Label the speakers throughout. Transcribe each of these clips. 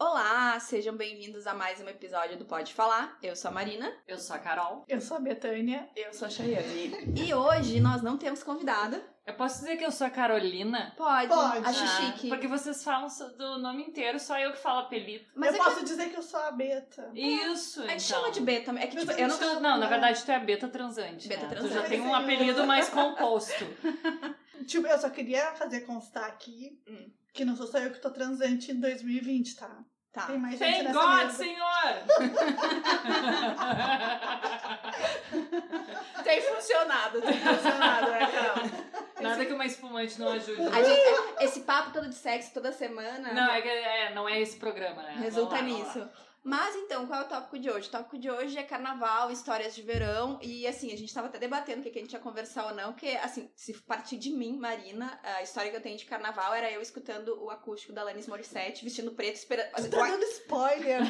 Speaker 1: Olá, sejam bem-vindos a mais um episódio do Pode Falar. Eu sou a Marina.
Speaker 2: Eu sou a Carol.
Speaker 3: Eu sou a Betânia.
Speaker 1: Eu sou a Chayane. e hoje nós não temos convidada.
Speaker 2: Eu posso dizer que eu sou a Carolina?
Speaker 1: Pode,
Speaker 3: Pode.
Speaker 1: acho
Speaker 2: Ah,
Speaker 1: chique.
Speaker 2: Porque vocês falam do nome inteiro, só eu que falo apelido.
Speaker 1: Mas
Speaker 3: eu
Speaker 1: é que
Speaker 3: posso dizer que eu sou a Beta.
Speaker 2: Isso,
Speaker 1: É, a gente
Speaker 2: então.
Speaker 1: chama de B também. É que tipo,
Speaker 3: Mas
Speaker 1: eu
Speaker 3: a
Speaker 1: não.
Speaker 3: gente chama-
Speaker 2: Tu- Não, na verdade tu é a beta transante.
Speaker 1: Beta
Speaker 2: né?
Speaker 1: transante.
Speaker 2: Tu já tem um apelido mais composto.
Speaker 3: Tipo, eu só queria fazer constar aqui
Speaker 1: Hum.
Speaker 3: que não sou só eu que tô transante em 2020, tá?
Speaker 1: Tá.
Speaker 3: Tem mais gente
Speaker 2: Thank
Speaker 3: nessa
Speaker 2: God,
Speaker 3: mesa.
Speaker 2: senhor!
Speaker 1: Tem funcionado, tem funcionado, né, Carol?
Speaker 2: Nada que uma espumante não ajude. né?
Speaker 1: A gente- esse papo todo de sexo toda semana
Speaker 2: Não, é, que- é, não é esse programa, né?
Speaker 1: resulta
Speaker 2: Vamos lá, vamos
Speaker 1: nisso.
Speaker 2: lá.
Speaker 1: Mas então, qual é o tópico de hoje? O tópico de hoje é carnaval, histórias de verão. E assim, a gente tava até debatendo o que, que a gente ia conversar ou não, porque assim, se partir de mim, Marina, a história que eu tenho de carnaval era eu escutando o acústico da Alanis Morissette, vestindo preto, esperando.
Speaker 3: Tu tá dando spoiler.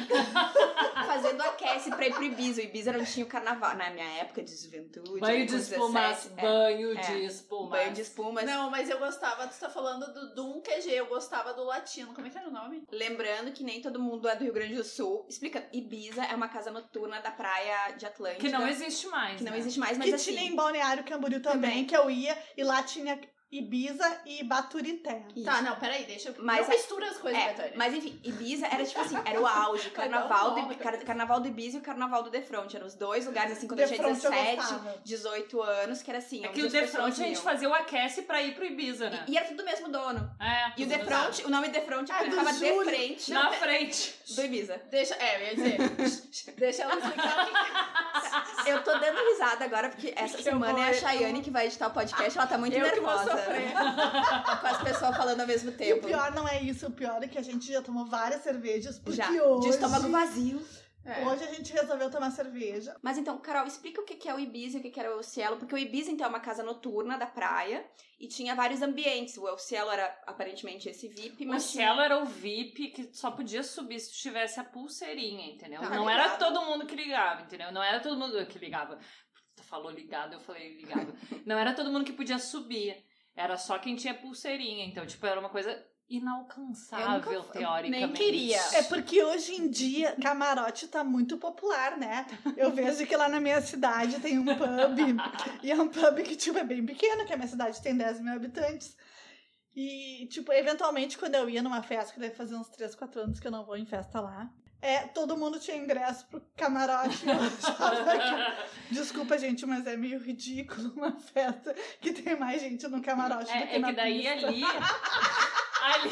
Speaker 1: fazendo aquece pra ir pro Ibiza. O Ibiza não tinha o carnaval. Na minha época de juventude.
Speaker 2: Banho
Speaker 1: ali
Speaker 2: de
Speaker 1: com
Speaker 2: espumas,
Speaker 1: 17, é,
Speaker 2: banho
Speaker 1: é.
Speaker 2: de espumas.
Speaker 1: banho de espumas.
Speaker 4: Não, mas eu gostava, tu tá falando do Doom QG, eu gostava do latino. Como é que era o nome?
Speaker 1: Lembrando que nem todo mundo é do Rio Grande do Sul. Explicando, Ibiza é uma casa noturna da praia de Atlântida.
Speaker 2: Que não existe mais.
Speaker 1: que não
Speaker 2: né?
Speaker 1: existe mais, mas
Speaker 3: que
Speaker 1: assim...
Speaker 3: tinha em Balneário Camboriú também, que eu ia, e lá tinha Ibiza e Baturité.
Speaker 1: Isso.
Speaker 4: Tá, não, peraí, deixa eu.
Speaker 1: Mas
Speaker 4: Mas
Speaker 1: é-
Speaker 4: não mistura as coisas,
Speaker 1: É,
Speaker 4: Betânia.
Speaker 1: mas enfim, Ibiza era tipo assim, era o auge, carnaval,
Speaker 4: Vai dar um
Speaker 1: do, car- carnaval do Ibiza e o carnaval do The Front, eram os dois lugares assim, quando eu
Speaker 3: De
Speaker 1: tinha
Speaker 3: frente eu
Speaker 1: 17,
Speaker 3: gostava.
Speaker 1: 18 anos, que era assim,
Speaker 2: É
Speaker 1: onde
Speaker 2: que o
Speaker 1: as
Speaker 2: The
Speaker 1: pessoas
Speaker 2: Front a gente
Speaker 1: iam.
Speaker 2: fazia o aquece pra ir pro Ibiza, né?
Speaker 1: E, e era tudo do mesmo dono.
Speaker 2: É,
Speaker 1: E o The
Speaker 2: tudo
Speaker 1: Front, o nome The Front
Speaker 3: Ah, do
Speaker 1: ficava de
Speaker 3: Júlio.
Speaker 1: frente
Speaker 2: Na frente.
Speaker 1: do Ibiza.
Speaker 4: Deixa, é, eu ia dizer. deixa ela explicar o que que
Speaker 1: Eu tô dando risada agora, porque essa
Speaker 3: Que eu
Speaker 1: semana
Speaker 3: vou-
Speaker 1: é a Chayane que vai editar o podcast, ela tá muito
Speaker 4: Eu que vou
Speaker 1: nervosa. né?
Speaker 4: sofrer.
Speaker 1: com as pessoas falando ao mesmo
Speaker 3: E o
Speaker 1: tempo.
Speaker 3: pior não é isso, o pior é que a gente já tomou várias cervejas, porque
Speaker 1: Já,
Speaker 3: hoje...
Speaker 1: de estômago vazio.
Speaker 4: é.
Speaker 3: Hoje a gente resolveu tomar cerveja.
Speaker 1: Mas então, Carol, explica o que que é o Ibiza e o que que era o El Cielo, porque o Ibiza, então, é uma casa noturna da praia e tinha vários ambientes. O El Cielo era, aparentemente, esse VIP,
Speaker 2: O
Speaker 1: mas...
Speaker 2: Cielo era o VIP que só podia subir se tivesse a pulseirinha, entendeu?
Speaker 1: Tá
Speaker 2: não
Speaker 3: ligado.
Speaker 2: era todo mundo que ligava, entendeu? Não era todo mundo que ligava. Tu falou ligado, eu falei ligava. não era todo mundo que podia subir. Era só quem tinha pulseirinha. Então, tipo, era uma coisa inalcançável,
Speaker 1: Eu nunca fui-
Speaker 2: teoricamente.
Speaker 1: nem queria.
Speaker 3: É porque hoje em dia camarote tá muito popular, né? Eu vejo que lá na minha cidade tem um pub. e é um pub que, tipo, é bem pequeno, que a minha cidade tem 10 mil habitantes. E, tipo, eventualmente, quando eu ia numa festa, que deve fazer uns 3, 4 anos que eu não vou em festa lá, é, todo mundo tinha ingresso pro camarote. e eu achava que- Desculpa, gente, mas é meio ridículo uma festa que tem mais gente no camarote do que
Speaker 2: É, é
Speaker 3: na
Speaker 2: que daí
Speaker 3: pista.
Speaker 2: ali. ali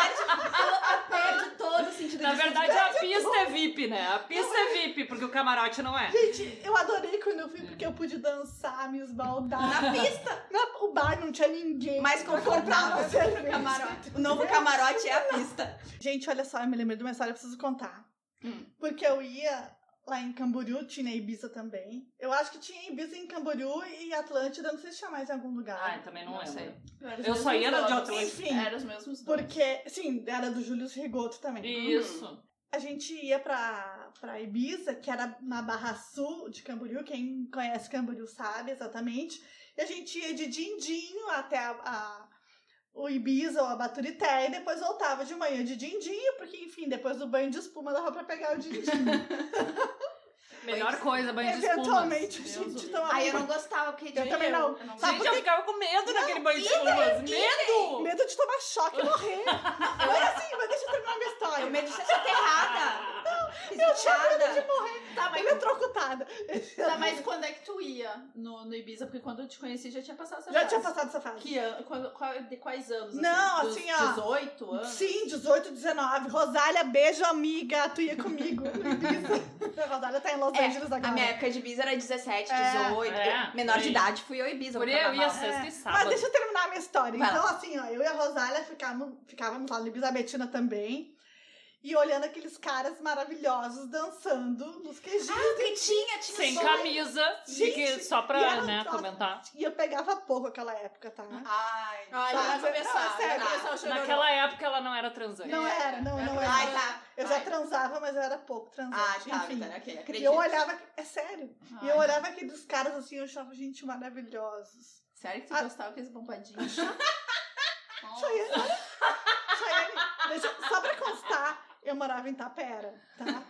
Speaker 1: Ela
Speaker 4: É.
Speaker 1: perde todo o sentido
Speaker 2: na
Speaker 1: disso.
Speaker 2: verdade, a pista é VIP, né? A pista é VIP, porque o camarote não é.
Speaker 3: Gente, eu adorei quando eu fui, porque eu pude dançar, me esbaldar.
Speaker 1: Na pista,
Speaker 3: Na- o bar não tinha ninguém.
Speaker 1: mais confortável pro camarote. O novo camarote é a pista.
Speaker 3: Gente, olha só, eu me lembrei de uma história que eu preciso contar.
Speaker 1: Hum.
Speaker 3: Porque eu ia lá em Camboriú, tinha Ibiza também. Eu acho que tinha Ibiza em Camboriú e Atlântida, não sei se tinha mais em algum
Speaker 2: Ah,
Speaker 3: lugar.
Speaker 2: eu também não,
Speaker 4: Não
Speaker 2: lembro.
Speaker 4: sei. Era os
Speaker 2: Eu só
Speaker 4: mesmos
Speaker 2: ia na de
Speaker 4: donos.
Speaker 2: Atlântico.
Speaker 3: Enfim,
Speaker 4: Era os mesmos donos.
Speaker 3: porque, sim, era do Júlio Rigoto também.
Speaker 2: Isso.
Speaker 3: A gente ia pra, pra Ibiza, que era na Barra Sul de Camboriú, quem conhece Camboriú sabe exatamente. E a gente ia de dindinho até a, a- o Ibiza ou a Baturité, e depois voltava de manhã de dindinho, porque, enfim, depois do banho de espuma dava pra pegar o dindinho.
Speaker 2: Melhor coisa, banho de espumas.
Speaker 3: Eventualmente
Speaker 2: Deus
Speaker 3: a
Speaker 2: o
Speaker 3: gente
Speaker 2: livre.
Speaker 3: tomava um
Speaker 1: Aí eu não gostava, porque...
Speaker 3: Eu também não.
Speaker 1: eu não
Speaker 3: Sabe
Speaker 2: Gente, eu ficava com medo naquele banho de espumas. Medo!
Speaker 3: medo de tomar choque e morrer. Mas assim, mas deixa eu terminar minha história.
Speaker 1: Eu medo de ser
Speaker 2: Ah.
Speaker 1: soterrada.
Speaker 3: medo
Speaker 1: Pisoteada.
Speaker 3: de morrer.
Speaker 4: Tá, mas,
Speaker 3: Eletrocutada.
Speaker 4: tá, mas quando é que tu ia no, no Ibiza? Porque quando eu te conheci já tinha passado essa
Speaker 3: Já
Speaker 4: fase.
Speaker 3: tinha passado essa fase.
Speaker 4: Que ano? Qual, qual- de quais anos?
Speaker 3: Não,
Speaker 4: Dos
Speaker 3: assim, ó.
Speaker 4: 18 anos?
Speaker 3: Sim, 18, 19. Rosália, beijo, amiga. Tu ia comigo. no Ibiza. A Rosália tá em Los
Speaker 1: É,
Speaker 3: Angeles agora.
Speaker 1: A minha época de Ibiza era 17,
Speaker 3: É,
Speaker 1: 18.
Speaker 2: é,
Speaker 1: Eu- menor de
Speaker 2: sim.
Speaker 1: idade fui eu e Ibiza.
Speaker 2: Por
Speaker 1: pro
Speaker 2: aí eu ia
Speaker 1: carnaval.
Speaker 2: sexta e
Speaker 3: Mas
Speaker 2: sábado.
Speaker 3: deixa eu terminar a minha história.
Speaker 1: Vai lá.
Speaker 3: então, assim, ó, eu e a Rosália ficávamos, ficávamos lá no Ibizabetina também. E olhando aqueles caras maravilhosos dançando nos queijinhos.
Speaker 1: Porque tinha, tinha
Speaker 2: Sem
Speaker 1: só-
Speaker 2: camisa,
Speaker 3: Gente,
Speaker 2: fiquei só pra
Speaker 3: e era um
Speaker 2: né,
Speaker 3: troço-
Speaker 2: comentar.
Speaker 1: Ah.
Speaker 3: E eu pegava pouco aquela época, tá?
Speaker 1: Ai,
Speaker 4: Ai,
Speaker 3: Tá,
Speaker 4: já vai começar.
Speaker 3: não,
Speaker 4: já vai
Speaker 3: sério.
Speaker 4: começar o chororô.
Speaker 2: Naquela época ela não era transante.
Speaker 3: Não era, não, não era.
Speaker 1: é. ai, tá.
Speaker 3: Eu já
Speaker 1: ai.
Speaker 3: transava, mas eu era pouco
Speaker 1: Ah,
Speaker 3: transante.
Speaker 1: tá,
Speaker 3: Enfim.
Speaker 1: Betânia, ok,
Speaker 3: E
Speaker 1: acredito.
Speaker 3: eu olhava, é sério.
Speaker 4: É Ai,
Speaker 3: E eu olhava aqueles caras assim, eu achava gente maravilhosos.
Speaker 4: Sério que tu
Speaker 3: Ah.
Speaker 4: gostava aqueles bombadinhos?
Speaker 3: Chayane, Chayane, deixa, só pra constar, eu morava em Tapera, tá?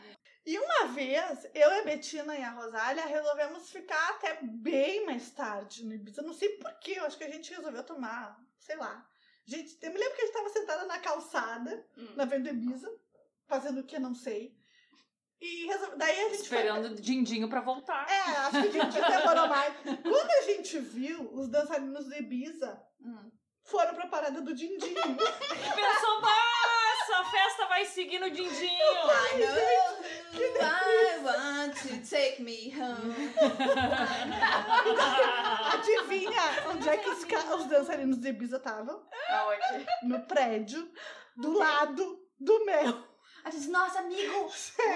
Speaker 3: E uma vez, eu e a Betina e a Rosália resolvemos ficar até bem mais tarde no Ibiza. Não sei porquê, eu acho que a gente resolveu tomar, sei lá. Gente, eu me lembro que a gente tava sentada na calçada,
Speaker 1: Hum.
Speaker 3: na Venda Ibiza, fazendo o que eu não sei. E resol- daí a gente foi-
Speaker 2: Esperando o Dindinho pra voltar.
Speaker 3: É, acho que a gente demorou mais. Quando a gente viu os dançarinos do Ibiza,
Speaker 1: Hum.
Speaker 3: foram pra parada do Dindim.
Speaker 2: E pensou, nossa, a festa vai seguir no Dindinho.
Speaker 1: I know who I want to take me home.
Speaker 3: Adivinha onde é que os, ca- os dançarinos do Ibiza estavam?
Speaker 1: Aonde?
Speaker 3: no prédio do lado do meu.
Speaker 1: A gente, nossa, amigo!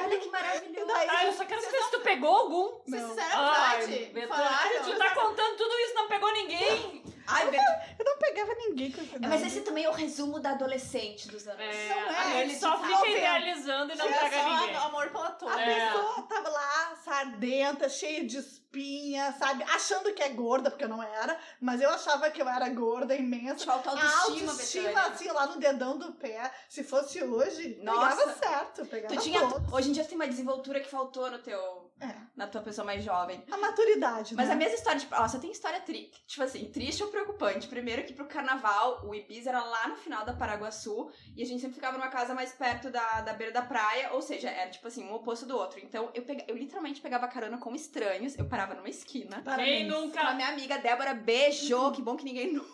Speaker 1: Olha que maravilhoso!
Speaker 2: Ai, Ah, eu só quero saber se tu pegou algum.
Speaker 4: Vocês
Speaker 3: Não.
Speaker 4: fizeram
Speaker 2: Ai,
Speaker 4: amizade?
Speaker 2: Betânia, tu
Speaker 4: É Falaram?
Speaker 2: tá contando tudo isso, não pegou ninguém.
Speaker 1: Ai, Beto,
Speaker 3: Eu não pegava ninguém com essa idade.
Speaker 1: mas esse também é o resumo da adolescente dos anos.
Speaker 3: é,
Speaker 2: Ah, ele só
Speaker 3: tá
Speaker 2: fica
Speaker 3: vendo.
Speaker 2: idealizando e não
Speaker 4: Era
Speaker 2: pega
Speaker 4: só
Speaker 2: ninguém.
Speaker 4: amor platônico.
Speaker 3: A
Speaker 2: É.
Speaker 3: pessoa tava lá, sardenta, cheia de espinha, sabe? Achando que é gorda, porque eu não era, mas eu achava que eu era gorda, imensa.
Speaker 1: Tipo, alta
Speaker 3: A
Speaker 1: autoestima,
Speaker 3: autoestima,
Speaker 1: Beto.
Speaker 3: assim, lá no dedão do pé. Se fosse hoje,
Speaker 1: Nossa.
Speaker 3: pegava certo, pegava
Speaker 1: Tu tinha,
Speaker 3: todo.
Speaker 1: hoje em dia tu tem uma desenvoltura que faltou no teu,
Speaker 3: É.
Speaker 1: na tua pessoa mais jovem.
Speaker 3: A maturidade,
Speaker 1: Mas
Speaker 3: né?
Speaker 1: a mesma história, tipo, ó, só tem história tri, tipo assim, triste ou preocupante. Primeiro que pro carnaval, o Ibiza era lá no final da Paraguaçu, e a gente sempre ficava numa casa mais perto da, da beira da praia, ou seja, era tipo assim, um oposto do outro. Então eu, pega, eu literalmente pegava carona com estranhos, eu parava numa esquina.
Speaker 2: Quem
Speaker 3: Parabéns.
Speaker 1: A
Speaker 2: nunca?
Speaker 1: minha amiga Débora beijou, que bom que ninguém nunca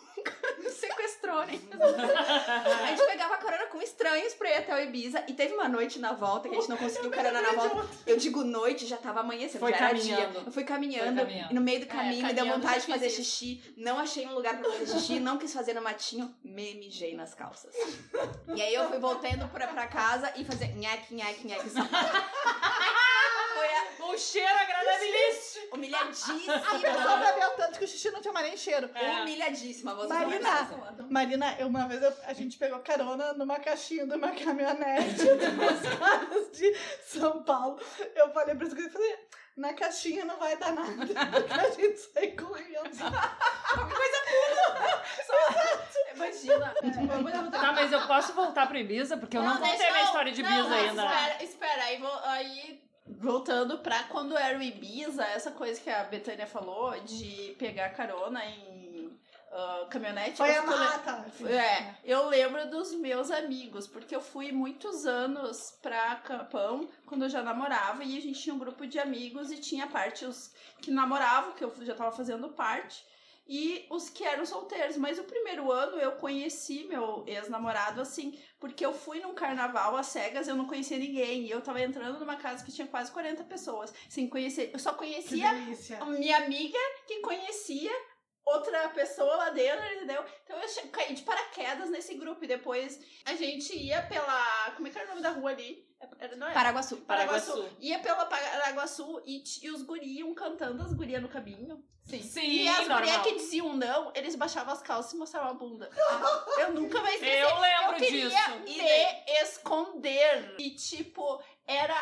Speaker 1: nos sequestrou, né? A gente pegava carona com estranhos pra ir até o Ibiza e teve uma noite na volta que a gente não conseguiu carona na volta.
Speaker 2: um
Speaker 1: Eu digo noite, já tava amanhecendo,
Speaker 2: Foi
Speaker 1: já era
Speaker 2: caminhando.
Speaker 1: dia. Eu fui caminhando,
Speaker 2: Foi caminhando.
Speaker 1: e no meio do caminho me deu
Speaker 4: caminhando
Speaker 1: vontade
Speaker 4: já
Speaker 1: de fazer
Speaker 4: fiz
Speaker 1: xixi, não achei um lugar pra fazer xixi, não quis fazer no matinho, me mijei nas calças. E aí eu fui voltando pra, pra casa e fazer nhaque, nhaque, nhaque. só. Foi a-
Speaker 2: O cheiro agradabilíssimo.
Speaker 3: A
Speaker 1: humilhadíssima.
Speaker 3: pessoa bebeu tanto que o xixi não tinha mais nem cheiro.
Speaker 2: É.
Speaker 1: Humilhadíssima, você
Speaker 3: Marina, Marina, eu- uma vez eu- a gente pegou carona numa caixinha de uma caminhonete dos caras de São Paulo. Eu falei pra eles, eu falei, na caixinha não vai dar nada, porque a gente sai correndo.
Speaker 1: Imagina.
Speaker 2: Tá, mas eu posso voltar pro Ibiza? Porque eu não, contei
Speaker 4: deixa
Speaker 2: minha
Speaker 4: eu-
Speaker 2: história de Ibiza
Speaker 4: não, mas
Speaker 2: ainda.
Speaker 4: Espera, espera aí, vou- aí, voltando pra quando era o Ibiza, essa coisa que a Betânia falou de pegar carona em ah, caminhonete.
Speaker 3: Foi
Speaker 4: eu
Speaker 3: a
Speaker 4: fico le-
Speaker 3: mata.
Speaker 4: É, eu lembro dos meus amigos, porque eu fui muitos anos pra Capão quando eu já namorava e a gente tinha um grupo de amigos e tinha a parte os que namoravam, que eu já tava fazendo parte, e os que eram solteiros. Mas o primeiro ano eu conheci meu ex-namorado assim, porque eu fui num carnaval às cegas, eu não conhecia ninguém, e eu tava entrando numa casa que tinha quase 40 pessoas, sem conhecer, eu só
Speaker 3: Que
Speaker 4: conhecia
Speaker 3: delícia.
Speaker 4: a minha amiga que conhecia outra pessoa lá dentro, entendeu? Então eu che- caí de paraquedas nesse grupo e depois a gente ia pela. Como é que era o nome da rua ali? Era- Não era?
Speaker 1: Paraguaçu.
Speaker 2: Paraguaçu.
Speaker 4: Ia pela Paraguaçu e, t- e os guri iam cantando as gurias no caminho. Sim.
Speaker 2: Sim,
Speaker 4: e as gurias
Speaker 2: normal.
Speaker 4: que diziam não, eles baixavam as calças e mostravam a bunda. Eu nunca mais esquecer.
Speaker 2: Eu lembro
Speaker 4: assim, Eu queria
Speaker 2: disso.
Speaker 4: me esconder. E, tipo, era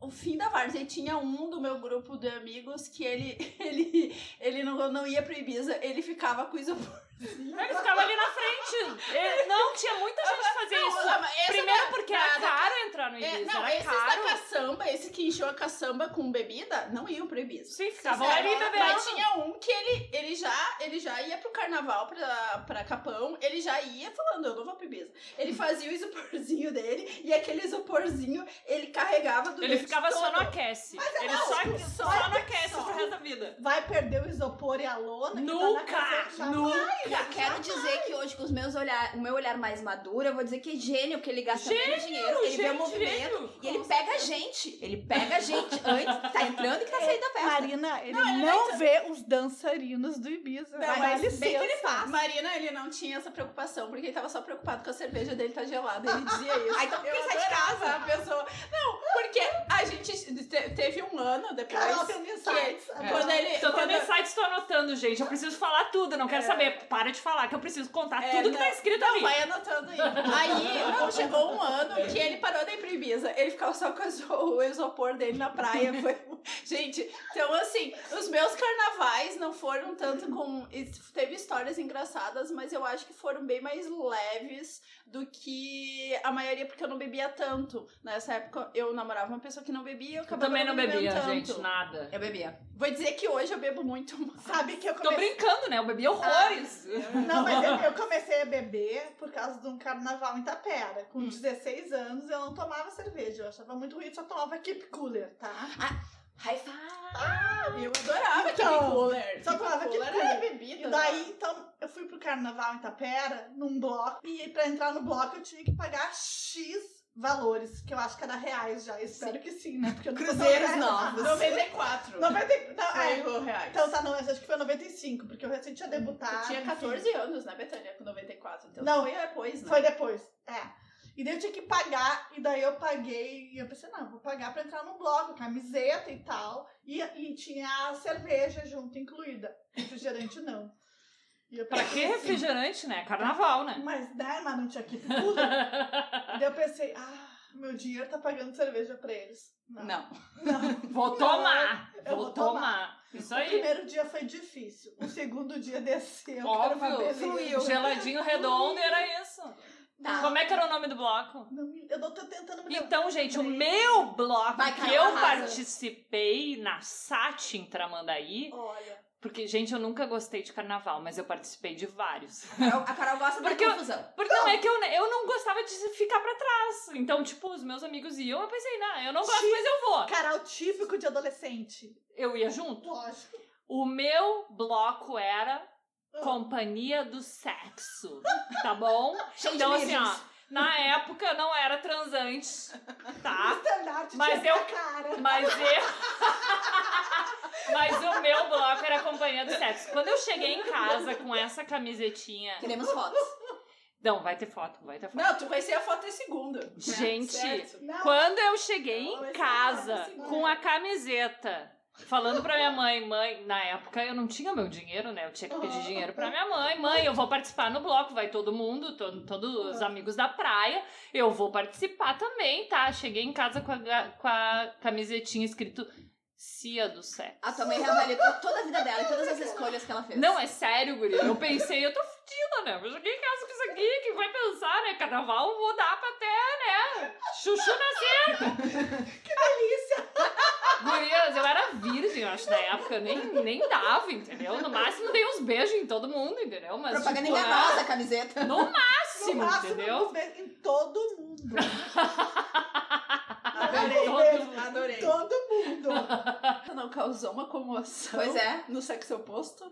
Speaker 4: o fim da várzea. E tinha um do meu grupo de amigos que ele, ele, ele não, não ia pro Ibiza, ele ficava com o isopor.
Speaker 2: Ele ficava ali na frente. Ele- não, tinha muita gente que fazia isso.
Speaker 4: Não, esse
Speaker 2: Primeiro
Speaker 4: da-
Speaker 2: porque era
Speaker 4: da-
Speaker 2: caro entrar no
Speaker 4: É,
Speaker 2: Ibiza,
Speaker 4: não,
Speaker 2: era
Speaker 4: esses
Speaker 2: caro.
Speaker 4: da caçamba, esse que encheu a caçamba com bebida, não iam pro Ibiza.
Speaker 2: Sim, ficavam ali
Speaker 4: Mas
Speaker 2: bebendo.
Speaker 4: tinha um que ele, ele, já, ele já ia pro carnaval, pra, pra Capão, ele já ia falando, eu não vou pro Ibiza. Ele fazia o isoporzinho dele, e aquele isoporzinho ele carregava do
Speaker 2: Ele ficava só no aquece. Ele
Speaker 4: não,
Speaker 2: só,
Speaker 4: só-
Speaker 2: só, no aquece
Speaker 4: só.
Speaker 2: pro resto da vida.
Speaker 3: Vai perder o isopor e a lona? que tá na
Speaker 2: Nunca!
Speaker 3: cabeça?
Speaker 2: Nunca!
Speaker 1: Já quero dizer que hoje, com os meus olhar, o meu olhar mais maduro, eu vou dizer que é gênio, que ele gasta muito dinheiro, ele vê o movimento.
Speaker 2: gênio.
Speaker 1: E ele pega a gente. Ele pega a gente antes que tá entrando e que tá saindo da festa.
Speaker 3: Marina, ele não, vê os dançarinos do Ibiza.
Speaker 4: Não,
Speaker 3: Vai
Speaker 4: mas
Speaker 3: dar
Speaker 4: bem
Speaker 3: licença.
Speaker 4: que ele faz. Marina, ele não tinha essa preocupação, porque ele tava só preocupado com a cerveja dele tá gelada. Ele dizia isso.
Speaker 1: Ah, então por que
Speaker 4: eu
Speaker 1: sai de
Speaker 4: adorava a pessoa. Não, porque a gente te- teve um ano depois.
Speaker 3: Carol tendo insights.
Speaker 4: que- é Quando ele.
Speaker 2: Tô
Speaker 4: quando-
Speaker 2: tendo insights, tô anotando, gente. Eu preciso falar tudo, não quero saber. Para de falar, que eu preciso contar
Speaker 4: É,
Speaker 2: tudo que
Speaker 4: não.
Speaker 2: tá escrito
Speaker 4: Não,
Speaker 2: ali.
Speaker 4: vai anotando aí. Aí, não, chegou um ano que ele parou da imprimir Ibiza. Ele ficava só com as- o isopor dele na praia. Foi... um- Gente, então assim, os meus carnavais não foram tanto com... Teve histórias engraçadas, mas eu acho que foram bem mais leves do que a maioria, porque eu não bebia tanto. Nessa época, eu namorava uma pessoa que não bebia e eu
Speaker 2: Eu
Speaker 4: acabava
Speaker 2: também não bebia,
Speaker 4: bebendo
Speaker 2: gente,
Speaker 4: tanto.
Speaker 2: nada.
Speaker 1: Eu bebia.
Speaker 4: Vou dizer que hoje eu bebo muito mais.
Speaker 3: Sabe que eu
Speaker 2: Tô
Speaker 3: comecei...
Speaker 2: brincando, né? Eu bebi horrores.
Speaker 3: Não, mas é eu, eu comecei a beber por causa de um carnaval em Tapera.
Speaker 1: Hum.
Speaker 3: Com 16 anos eu não tomava cerveja. Eu achava muito ruim, só tomava Keep Cooler, tá?
Speaker 1: High five.
Speaker 4: Eu adorava
Speaker 3: Então,
Speaker 4: aquele cooler.
Speaker 3: só tomava
Speaker 4: Aquele
Speaker 3: aquele
Speaker 4: era
Speaker 3: cooler.
Speaker 4: bebida.
Speaker 1: Tá.
Speaker 3: E daí, então, eu fui pro carnaval em Tapera, num bloco, e pra entrar no bloco eu tinha que pagar X valores, que eu acho que era reais já, espero que sim, né? Porque eu não tô
Speaker 1: Cruzeiros
Speaker 3: falando errado.
Speaker 1: novos.
Speaker 4: 94.
Speaker 3: 90, não,
Speaker 4: Foi
Speaker 3: é,
Speaker 4: o reais.
Speaker 3: então tá, não, acho que foi 95, porque eu recente tinha
Speaker 1: Ah,
Speaker 3: debutado.
Speaker 4: Tu tinha
Speaker 3: enfim.
Speaker 4: 14 anos, né, Betânia, com 94. Então
Speaker 3: Não,
Speaker 4: foi depois, né?
Speaker 3: Foi depois, é. E daí eu tinha que pagar, e daí eu paguei, e eu pensei, não, vou pagar pra entrar no bloco, camiseta e tal, e, e tinha a cerveja junto incluída, refrigerante não. E eu
Speaker 2: Pra que
Speaker 3: pensei assim,
Speaker 2: refrigerante, né? Carnaval, né?
Speaker 3: Mas, né, mas não tinha que tudo. E daí eu pensei, ah, meu dinheiro tá pagando cerveja pra eles.
Speaker 1: Não.
Speaker 2: Vou tomar!
Speaker 3: eu
Speaker 2: vou
Speaker 3: vou tomar.
Speaker 2: tomar. Isso
Speaker 3: O
Speaker 2: aí.
Speaker 3: primeiro dia foi difícil, o segundo dia desceu, era uma
Speaker 2: Óbvio.
Speaker 3: beleza.
Speaker 2: Geladinho redondo era isso.
Speaker 3: Ah.
Speaker 1: Tá.
Speaker 2: Como é que era o nome do bloco?
Speaker 3: Não me- eu não tô tentando me lembrar.
Speaker 2: Então, gente, o meu bloco
Speaker 1: Vai,
Speaker 2: que
Speaker 1: Carol,
Speaker 2: eu
Speaker 1: arrasa.
Speaker 2: participei na SAT em Tramandaí,
Speaker 3: Olha,
Speaker 2: porque, gente, eu nunca gostei de carnaval, mas eu participei de vários.
Speaker 1: Carol- A Carol gosta da
Speaker 2: Porque eu-
Speaker 1: confusão.
Speaker 2: Porque não é que eu, eu não gostava de ficar pra trás. Então, tipo, os meus amigos iam, eu pensei, não, eu não gosto,
Speaker 3: Sim.
Speaker 2: mas eu vou.
Speaker 3: Carol típico de adolescente.
Speaker 2: Eu ia junto.
Speaker 3: Lógico.
Speaker 2: O meu bloco era
Speaker 3: Ah.
Speaker 2: Companhia do Sexo, tá bom?
Speaker 1: Cheio de
Speaker 2: Então, assim,
Speaker 1: beijos.
Speaker 2: ó, na época eu não era transante, tá?
Speaker 3: Standard
Speaker 2: Mas
Speaker 3: tinha
Speaker 2: eu-
Speaker 3: essa cara.
Speaker 2: Mas eu. Mas o meu bloco era a companhia do sexo. Quando eu cheguei em casa com essa camisetinha.
Speaker 1: Queremos fotos.
Speaker 2: Não, vai ter foto, vai ter foto.
Speaker 4: Não, tu vai ser a foto em segundo.
Speaker 2: Gente,
Speaker 4: Certo.
Speaker 3: Não,
Speaker 2: quando eu cheguei
Speaker 4: Não,
Speaker 2: em
Speaker 4: esse é
Speaker 2: casa
Speaker 4: o segundo.
Speaker 2: com a camiseta. Falando pra minha mãe, mãe, na época eu não tinha meu dinheiro, né? Eu tinha que pedir
Speaker 3: Uhum.
Speaker 2: dinheiro pra minha mãe. Mãe, eu vou participar no bloco, vai todo mundo, to- todos os
Speaker 4: Uhum.
Speaker 2: amigos da praia. Eu vou participar também, tá? Cheguei em casa com a, ga- com a camisetinha escrito Cia do Sexo.
Speaker 1: A tua mãe reavaliou toda a vida dela e todas as escolhas que ela fez.
Speaker 2: Não, é sério, guri. Eu pensei, eu tô fodida, né? Eu joguei em casa com isso aqui, quem vai pensar, né? Carnaval eu vou dar pra até, né? Chuchu nascer. que delícia! Gurias, eu era virgem, eu acho, na época. Eu nem, nem dava, entendeu? No máximo dei uns beijos em todo mundo, entendeu? Mas,
Speaker 1: Propaganda
Speaker 2: tipo,
Speaker 1: enganosa a camiseta.
Speaker 2: é, No
Speaker 3: no
Speaker 2: máximo,
Speaker 3: máximo,
Speaker 2: entendeu?
Speaker 3: duas vezes em todo mundo.
Speaker 4: Adorei.
Speaker 3: Todo mundo.
Speaker 4: Adorei.
Speaker 3: Todo mundo.
Speaker 4: Não causou uma comoção.
Speaker 1: Pois é.
Speaker 4: No sexo oposto.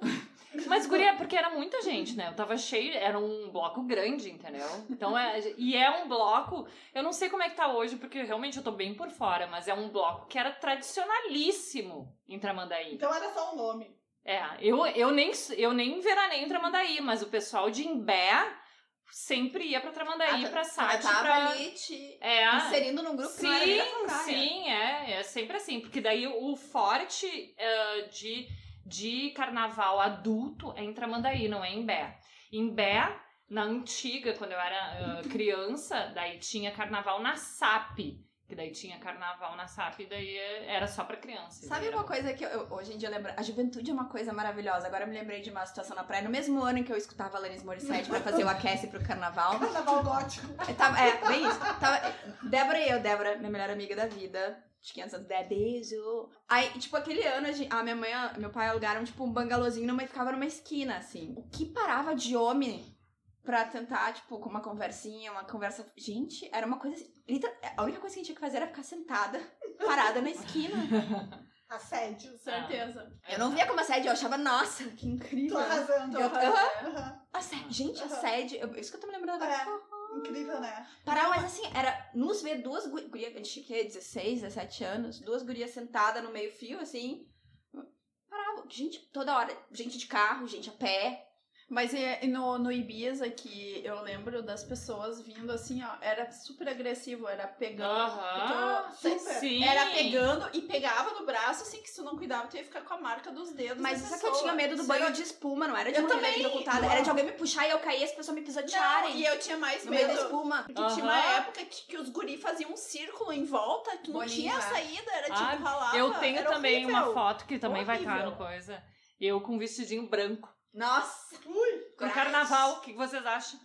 Speaker 2: Mas, guria, porque era muita gente, né? Eu tava cheio, era um bloco grande, entendeu? Então, é, e é um bloco, eu não sei como é que tá hoje, porque realmente eu tô bem por fora, mas é um bloco que era tradicionalíssimo em Tramandaí.
Speaker 3: Então era só um nome.
Speaker 2: É, eu, eu, nem, eu nem veranei em Tramandaí, mas o pessoal de Imbé sempre ia pra Tramandaí,
Speaker 1: Ah,
Speaker 2: pra
Speaker 1: Ela
Speaker 2: Sati,
Speaker 1: tava
Speaker 2: pra...
Speaker 1: ali te
Speaker 2: É,
Speaker 1: inserindo num grupo que não era nem da
Speaker 2: Sim,
Speaker 1: praia.
Speaker 2: sim, é, é sempre assim. Porque daí o forte eh, de, de carnaval adulto é em Tramandaí, não é em Bé. Em Bé, na antiga, quando eu era eh, criança, daí tinha carnaval na SAP. Que daí tinha carnaval na SAP e daí eh, era só pra criança.
Speaker 1: Sabe
Speaker 2: Era-
Speaker 1: uma coisa que eu- eu- hoje em dia eu lembro? A juventude é uma coisa maravilhosa. Agora eu me lembrei de uma situação na praia. No mesmo ano em que eu escutava Alanis Morissette pra fazer o aquece pro carnaval.
Speaker 3: Carnaval gótico.
Speaker 1: eu tava- é, bem isso. Tava, Débora e eu, Débora, minha melhor amiga da vida. De 500 anos, Dé, beijo. Aí, tipo, aquele ano, a, gente, a minha mãe e meu pai alugaram, tipo, um bangalôzinho numa, e ficava numa esquina, assim. O que parava de homem pra tentar, tipo, com uma conversinha, uma conversa... Gente, era uma coisa... assim, literal- A única coisa que a gente tinha que fazer era ficar sentada, parada na esquina.
Speaker 3: Assédio.
Speaker 4: Certeza.
Speaker 1: Eu não via como assédio, eu achava, nossa, que
Speaker 3: Tô
Speaker 1: incrível.
Speaker 3: arrasando.
Speaker 1: Eu-
Speaker 3: Aham.
Speaker 1: Assédio, gente,
Speaker 3: Aham.
Speaker 1: assédio. Eu, isso que eu tô me lembrando
Speaker 3: É.
Speaker 1: agora. tipo,
Speaker 3: Incrível, né?
Speaker 1: Parar, mas assim, era nos ver duas gu- gurias, a gente tinha o quê? 16, 17 anos, duas gurias sentadas no meio-fio, assim. Parava, gente, toda hora, gente de carro, gente a pé.
Speaker 4: Mas e- e no, no Ibiza, que eu lembro das pessoas vindo assim, ó, era super agressivo, era pegando.
Speaker 2: Aham.
Speaker 4: Então,
Speaker 2: Sim.
Speaker 4: Era pegando e pegava no braço, assim, que se tu não cuidava, tu ia ficar com a marca dos dedos.
Speaker 1: Mas
Speaker 4: da
Speaker 1: isso é que eu
Speaker 4: pessoa.
Speaker 1: tinha medo do
Speaker 4: Isso
Speaker 1: banho
Speaker 4: era-
Speaker 1: de espuma, não era de
Speaker 4: Eu
Speaker 1: uma
Speaker 4: também.
Speaker 1: também... ocultada. Era de alguém me puxar e eu cair e as pessoas me
Speaker 4: Não,
Speaker 1: pisotearem.
Speaker 4: e eu tinha mais
Speaker 1: No meio da
Speaker 4: medo.
Speaker 1: espuma.
Speaker 4: Porque tinha uma
Speaker 2: Aham.
Speaker 4: época que, que os guri faziam um círculo em volta, tu não
Speaker 1: Bolinha.
Speaker 4: tinha saída, era tipo
Speaker 2: Ah,
Speaker 4: ralava.
Speaker 2: Eu tenho
Speaker 4: era
Speaker 2: também
Speaker 4: horrível.
Speaker 2: uma foto que também vai estar
Speaker 4: Horrível.
Speaker 2: no coisa. Eu com um vestidinho branco.
Speaker 1: Nossa!
Speaker 2: No
Speaker 1: Coragem.
Speaker 2: Um carnaval, o que vocês acham?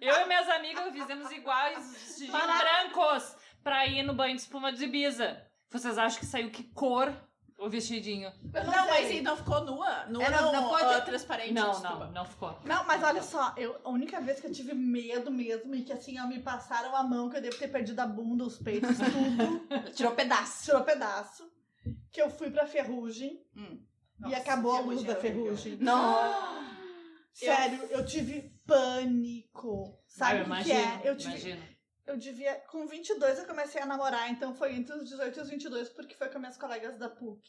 Speaker 2: Eu e minhas amigas fizemos iguais vestidinhos brancos pra ir no banho de espuma de Ibiza. Vocês acham que saiu que cor o vestidinho?
Speaker 4: Não,
Speaker 3: Não sei.
Speaker 4: mas e não ficou nua? Nua
Speaker 1: Era-
Speaker 4: não,
Speaker 1: não
Speaker 4: ah,
Speaker 1: pode-
Speaker 4: transparente.
Speaker 2: não,
Speaker 4: desculpa.
Speaker 2: não, não ficou.
Speaker 3: Não, mas olha só, eu, a única vez que eu tive medo mesmo e que assim, ó, me passaram a mão, que eu devo ter perdido a bunda, os peitos, tudo,
Speaker 1: Tirou pedaço.
Speaker 3: tirou pedaço, que eu fui pra Ferrugem e
Speaker 4: Nossa,
Speaker 3: acabou a luz
Speaker 4: ferrugem
Speaker 3: da
Speaker 4: era horrível.
Speaker 3: Ferrugem.
Speaker 1: Não!
Speaker 3: Sério, eu tive pânico. Sabe
Speaker 2: Ah, eu
Speaker 3: o que
Speaker 2: imagino,
Speaker 3: é? Eu tive,
Speaker 2: imagino.
Speaker 3: eu devia. Com 22 eu comecei a namorar, então foi entre os 18 e os 22, porque foi com minhas colegas da PUC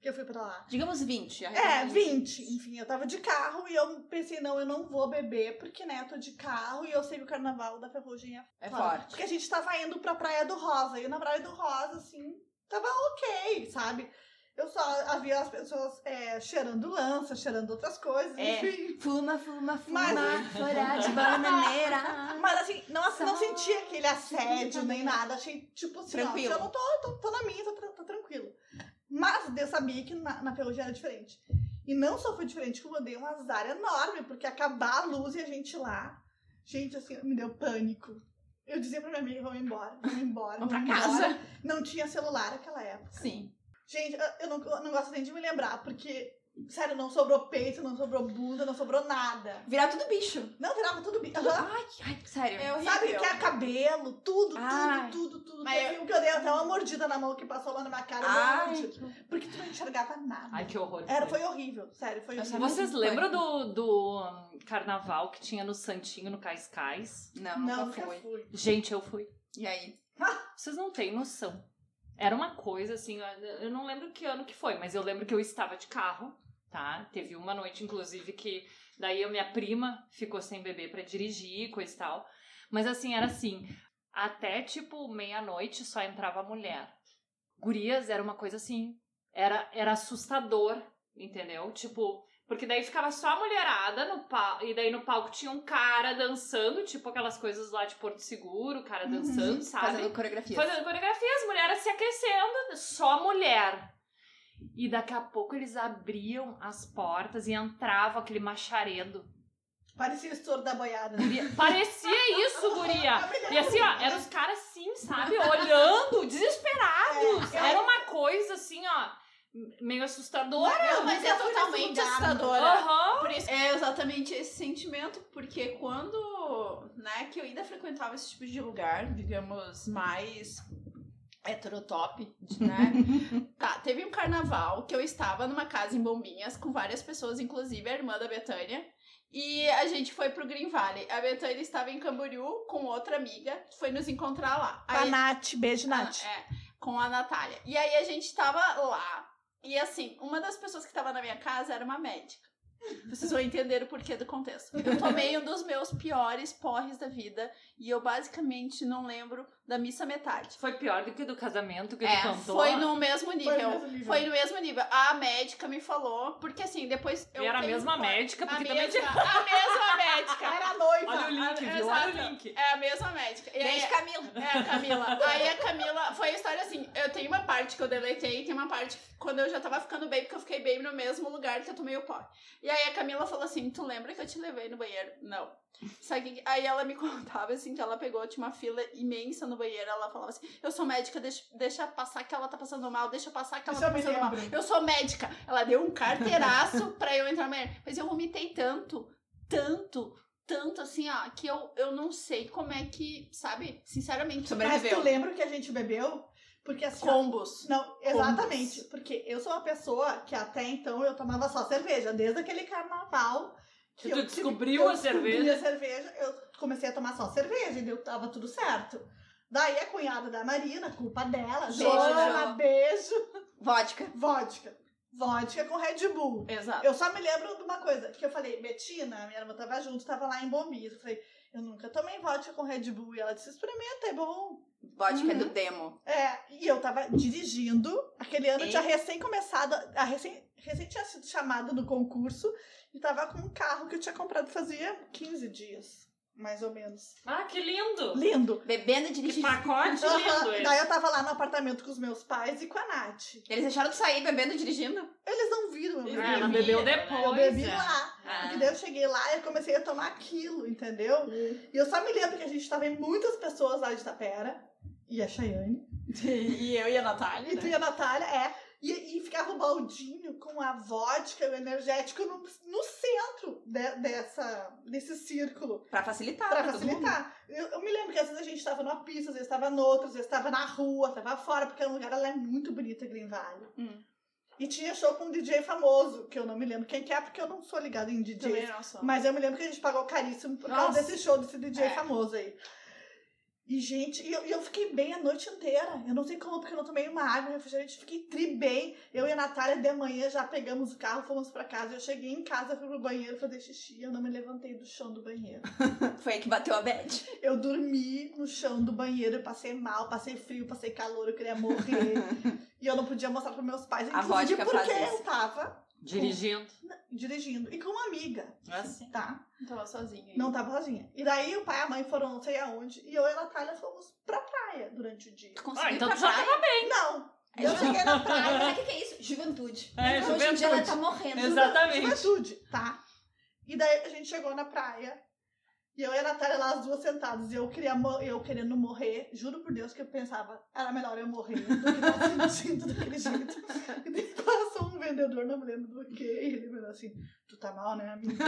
Speaker 3: que eu fui pra lá.
Speaker 1: Digamos 20.
Speaker 3: É, 20. Enfim, eu tava de carro e eu pensei, não, eu não vou beber, porque, né, eu tô de carro e eu sei que o carnaval da Ferrugem é,
Speaker 1: É forte.
Speaker 3: Porque a gente tava indo pra Praia do Rosa, e na Praia do Rosa, assim, tava ok, sabe? Eu só havia as pessoas é, cheirando lança, cheirando outras coisas,
Speaker 1: É.
Speaker 3: enfim.
Speaker 1: Fuma, fuma, fuma,
Speaker 3: Mas-
Speaker 1: folha de bananeira.
Speaker 3: Mas assim, não, assim, não
Speaker 1: Só
Speaker 3: senti aquele assédio nem nada. Achei, tipo assim, ó,
Speaker 1: Tranquilo.
Speaker 3: se eu não tô, tô, tô na minha, tô, tra- tô tranquilo. Mas eu sabia que na, na ferrugem era diferente. E não só foi diferente, como eu dei um azar enorme, porque acabar a luz e a gente lá. Gente, assim, me deu pânico. Eu dizia pra minha amiga, vamos embora, vamos embora.
Speaker 1: Vamos pra
Speaker 3: embora. Não tinha celular naquela época.
Speaker 1: Sim.
Speaker 3: Gente, eu- eu não, eu não gosto nem de me lembrar, porque, sério, não sobrou peito, não sobrou bunda, não sobrou nada.
Speaker 1: Virar tudo bicho.
Speaker 3: Não, virava tudo bem.
Speaker 1: Ai, ai, sério.
Speaker 4: É horrível.
Speaker 3: Sabe, que é cabelo, tudo,
Speaker 1: Ai.
Speaker 3: tudo, tudo, tudo.
Speaker 4: Mas
Speaker 3: Teve um que eu dei até uma mordida na mão que passou lá na minha cara. eu
Speaker 1: Ai,
Speaker 3: não mordi, porque tu não enxergava nada.
Speaker 2: Ai, que horror.
Speaker 3: Era, foi horrível, sério, foi
Speaker 1: Eu
Speaker 3: horrível.
Speaker 1: sabia
Speaker 2: Vocês
Speaker 1: Muito
Speaker 2: lembram do, do hum, carnaval que tinha no Santinho, no Cais Cais?
Speaker 1: Não,
Speaker 3: Não,
Speaker 1: nunca
Speaker 3: nunca
Speaker 1: foi.
Speaker 3: fui.
Speaker 2: Gente, eu fui.
Speaker 1: E aí?
Speaker 2: Vocês não têm noção. Era uma coisa assim, eu- eu não lembro que ano que foi, mas eu lembro que eu estava de carro, tá? Teve uma noite, inclusive, que daí a minha prima ficou sem bebê pra dirigir, coisa e tal. Mas assim, era assim, até tipo meia-noite só entrava mulher. Gurias era uma coisa assim, era, era assustador, entendeu? Tipo, porque daí ficava só a mulherada no palco, e daí no palco tinha um cara dançando, tipo aquelas coisas lá de Porto Seguro, o cara dançando, sabe?
Speaker 1: Fazendo coreografia.
Speaker 2: Fazendo coreografia, as mulheres se aquecendo, só mulher. E daqui a pouco eles abriam as portas e entrava aquele macharendo.
Speaker 3: Parecia o estouro da boiada.
Speaker 2: Guria, Parecia isso, guria! E assim, ó, eram os caras assim, sabe? Olhando, desesperados.
Speaker 3: É,
Speaker 2: Era um uma coisa assim, ó, meio assustadora.
Speaker 3: Não,
Speaker 4: mas é
Speaker 3: nunca fui nesse
Speaker 4: totalmente
Speaker 3: lugar,
Speaker 4: assustadora.
Speaker 2: Aham.
Speaker 4: Por isso, é exatamente esse sentimento, porque quando, né, que eu ainda frequentava esse tipo de lugar, digamos, mais heterotop, né? tá, teve um carnaval que eu estava numa casa em Bombinhas com várias pessoas, inclusive a irmã da Betânia, e a gente foi pro Green Valley. A Betânia estava em Camboriú com outra amiga, foi nos encontrar lá.
Speaker 3: Com a
Speaker 4: Aí-
Speaker 3: Nath, beijo,
Speaker 4: ah,
Speaker 3: Nath.
Speaker 4: é, com a Natália. E aí a gente tava lá. E assim, uma das pessoas que tava na minha casa era uma médica. Vocês vão entender o porquê do contexto. Eu tomei um dos meus piores porres da vida e eu basicamente não lembro da missa metade.
Speaker 2: Foi pior do que do casamento que tu
Speaker 4: É,
Speaker 2: cantou.
Speaker 4: foi no mesmo
Speaker 3: Foi
Speaker 4: nível.
Speaker 3: mesmo nível.
Speaker 4: Foi no mesmo nível. A médica me falou, porque assim, depois eu
Speaker 2: E era a
Speaker 4: tenho
Speaker 2: mesma
Speaker 4: um corte.
Speaker 2: médica,
Speaker 4: A
Speaker 2: porque
Speaker 4: mesma,
Speaker 2: também tinha...
Speaker 4: a mesma médica.
Speaker 3: Era noiva.
Speaker 2: Olha o link,
Speaker 4: a-
Speaker 2: viu? Olha o
Speaker 4: exato.
Speaker 2: link.
Speaker 4: É a mesma médica. E aí,
Speaker 1: Beijo, Camila.
Speaker 4: é, a Camila. Aí a Camila. Foi a história assim: eu tenho uma parte que eu deletei, tem uma parte que quando eu já tava ficando bem, porque eu fiquei bem no mesmo lugar que eu tomei o pó. E aí a Camila falou assim: Tu lembra que eu te levei no banheiro? Não. Sabe que- Aí ela me contava assim: que ela pegou, tinha uma fila imensa no banheiro. Ela falava assim: Eu sou médica, deixa, deixa passar que ela tá passando mal, deixa passar que ela
Speaker 3: Isso
Speaker 4: tá
Speaker 3: eu me
Speaker 4: passando mal.
Speaker 3: lembro.
Speaker 4: Eu sou médica. Ela deu um carteiraço pra eu entrar no banheiro. Mas eu vomitei tanto, tanto. Tanto assim, ó, que eu, eu não sei como é que, sabe, sinceramente,
Speaker 3: Mas tu
Speaker 1: Sobreviveu.
Speaker 3: lembra o que a gente bebeu? Porque assim. ó,
Speaker 4: combos.
Speaker 3: Não, exatamente. Porque eu sou uma pessoa que até então eu tomava só cerveja. Desde aquele carnaval.
Speaker 2: Que
Speaker 3: eu
Speaker 2: tu
Speaker 3: tive-
Speaker 2: descobriu
Speaker 3: eu
Speaker 2: a
Speaker 3: descobri
Speaker 2: cerveja.
Speaker 3: a cerveja, eu comecei a tomar só cerveja e deu, tava tudo certo. Daí a cunhada da Marina, culpa dela,
Speaker 1: Beijo,
Speaker 3: Joana,
Speaker 1: Jo.
Speaker 3: beijo,
Speaker 1: Vodka.
Speaker 3: vodka. vodka com Red Bull.
Speaker 4: Exato.
Speaker 3: Eu só me lembro de uma coisa, que eu falei, Betina, minha irmã tava junto, tava lá em Bombis. Eu falei, eu nunca tomei vodka com Red Bull. E ela disse, experimenta, é bom.
Speaker 1: Vodka é do
Speaker 4: Uhum.
Speaker 1: demo.
Speaker 3: É, e eu tava dirigindo, aquele ano eu
Speaker 1: E?
Speaker 3: tinha recém começado, a recém, recém tinha sido chamada no concurso, e tava com um carro que eu tinha comprado fazia 15 dias, mais ou menos.
Speaker 2: Ah, que lindo!
Speaker 3: Lindo!
Speaker 1: Bebendo e
Speaker 2: Que
Speaker 1: dirigindo.
Speaker 2: pacote lindo
Speaker 3: Aham. Daí
Speaker 2: esse.
Speaker 3: eu tava lá no apartamento com os meus pais e com a Nath.
Speaker 1: Eles deixaram de sair bebendo e dirigindo.
Speaker 3: Eles não viram eu
Speaker 4: Eles
Speaker 2: Ah, ela
Speaker 3: bebi.
Speaker 2: bebeu
Speaker 4: né?
Speaker 2: depois.
Speaker 3: É, Eu bebi
Speaker 2: é.
Speaker 3: lá.
Speaker 1: Ah.
Speaker 3: Porque daí eu cheguei lá e eu comecei a tomar aquilo, entendeu? E eu só me lembro que a gente tava em muitas pessoas lá de Itapera. E a Chayane.
Speaker 4: E eu e a Natália.
Speaker 3: E tu
Speaker 4: né?
Speaker 3: e a Natália, é. E, e ficava o baldinho com a vodka, o energético no, no centro de- dessa, desse círculo.
Speaker 1: Pra facilitar.
Speaker 3: Pra
Speaker 1: Ah, tá todo mundo.
Speaker 3: facilitar. Eu, eu me lembro que às vezes a gente tava numa pista, às vezes tava noutra, às vezes tava na rua, tava fora, porque é um lugar ela é muito bonita, Green Valley.
Speaker 4: Hum.
Speaker 3: E tinha show com um DJ famoso, que eu não me lembro quem que é, porque eu não sou ligada em DJ.
Speaker 4: Também não sou.
Speaker 3: Mas eu me lembro que a gente pagou caríssimo por causa
Speaker 4: Nossa.
Speaker 3: desse show desse DJ
Speaker 4: É.
Speaker 3: famoso aí. E, gente, e eu, e eu fiquei bem a noite inteira. Eu não sei como, porque eu não tomei uma água, um refrigerante, fiquei tri bem. Eu e a Natália de manhã já pegamos o carro, fomos pra casa. Eu cheguei em casa, fui pro banheiro fazer xixi. Eu não me levantei do chão do banheiro.
Speaker 1: Foi aí que bateu a bad.
Speaker 3: Eu dormi no chão do banheiro, eu passei mal, passei frio, passei calor, eu queria morrer. e eu não podia mostrar pros meus pais,
Speaker 1: A
Speaker 3: inclusive
Speaker 1: vodka
Speaker 3: porque
Speaker 1: faz isso.
Speaker 3: eu tava
Speaker 2: Dirigindo.
Speaker 3: dirigindo. E com uma amiga,
Speaker 2: Assim.
Speaker 3: tá?
Speaker 4: Não tava sozinha.
Speaker 3: Não tava sozinha. E daí o pai e a mãe foram não sei aonde. E eu e a Natália fomos pra praia durante o dia.
Speaker 1: Tu conseguiu
Speaker 2: Ah, então
Speaker 4: tá
Speaker 1: ir pra
Speaker 2: tu já
Speaker 1: praia?
Speaker 3: Não!
Speaker 1: Eu
Speaker 3: Eu cheguei na
Speaker 1: Praia,
Speaker 3: praia.
Speaker 1: sabe o que, que é isso? Juventude.
Speaker 2: É,
Speaker 1: Hoje em dia ela
Speaker 2: juventude.
Speaker 1: tá morrendo.
Speaker 2: Exatamente.
Speaker 3: Juventude, tá? E daí a gente chegou na praia. E eu e a Natália lá, as duas sentadas. E eu, queria, mo- eu querendo morrer. Juro por Deus que eu pensava, era melhor eu morrer do que estar sentindo daquele jeito. E daí passou um vendedor, não me lembro do que. E ele falou assim, tu tá mal, né, amiga?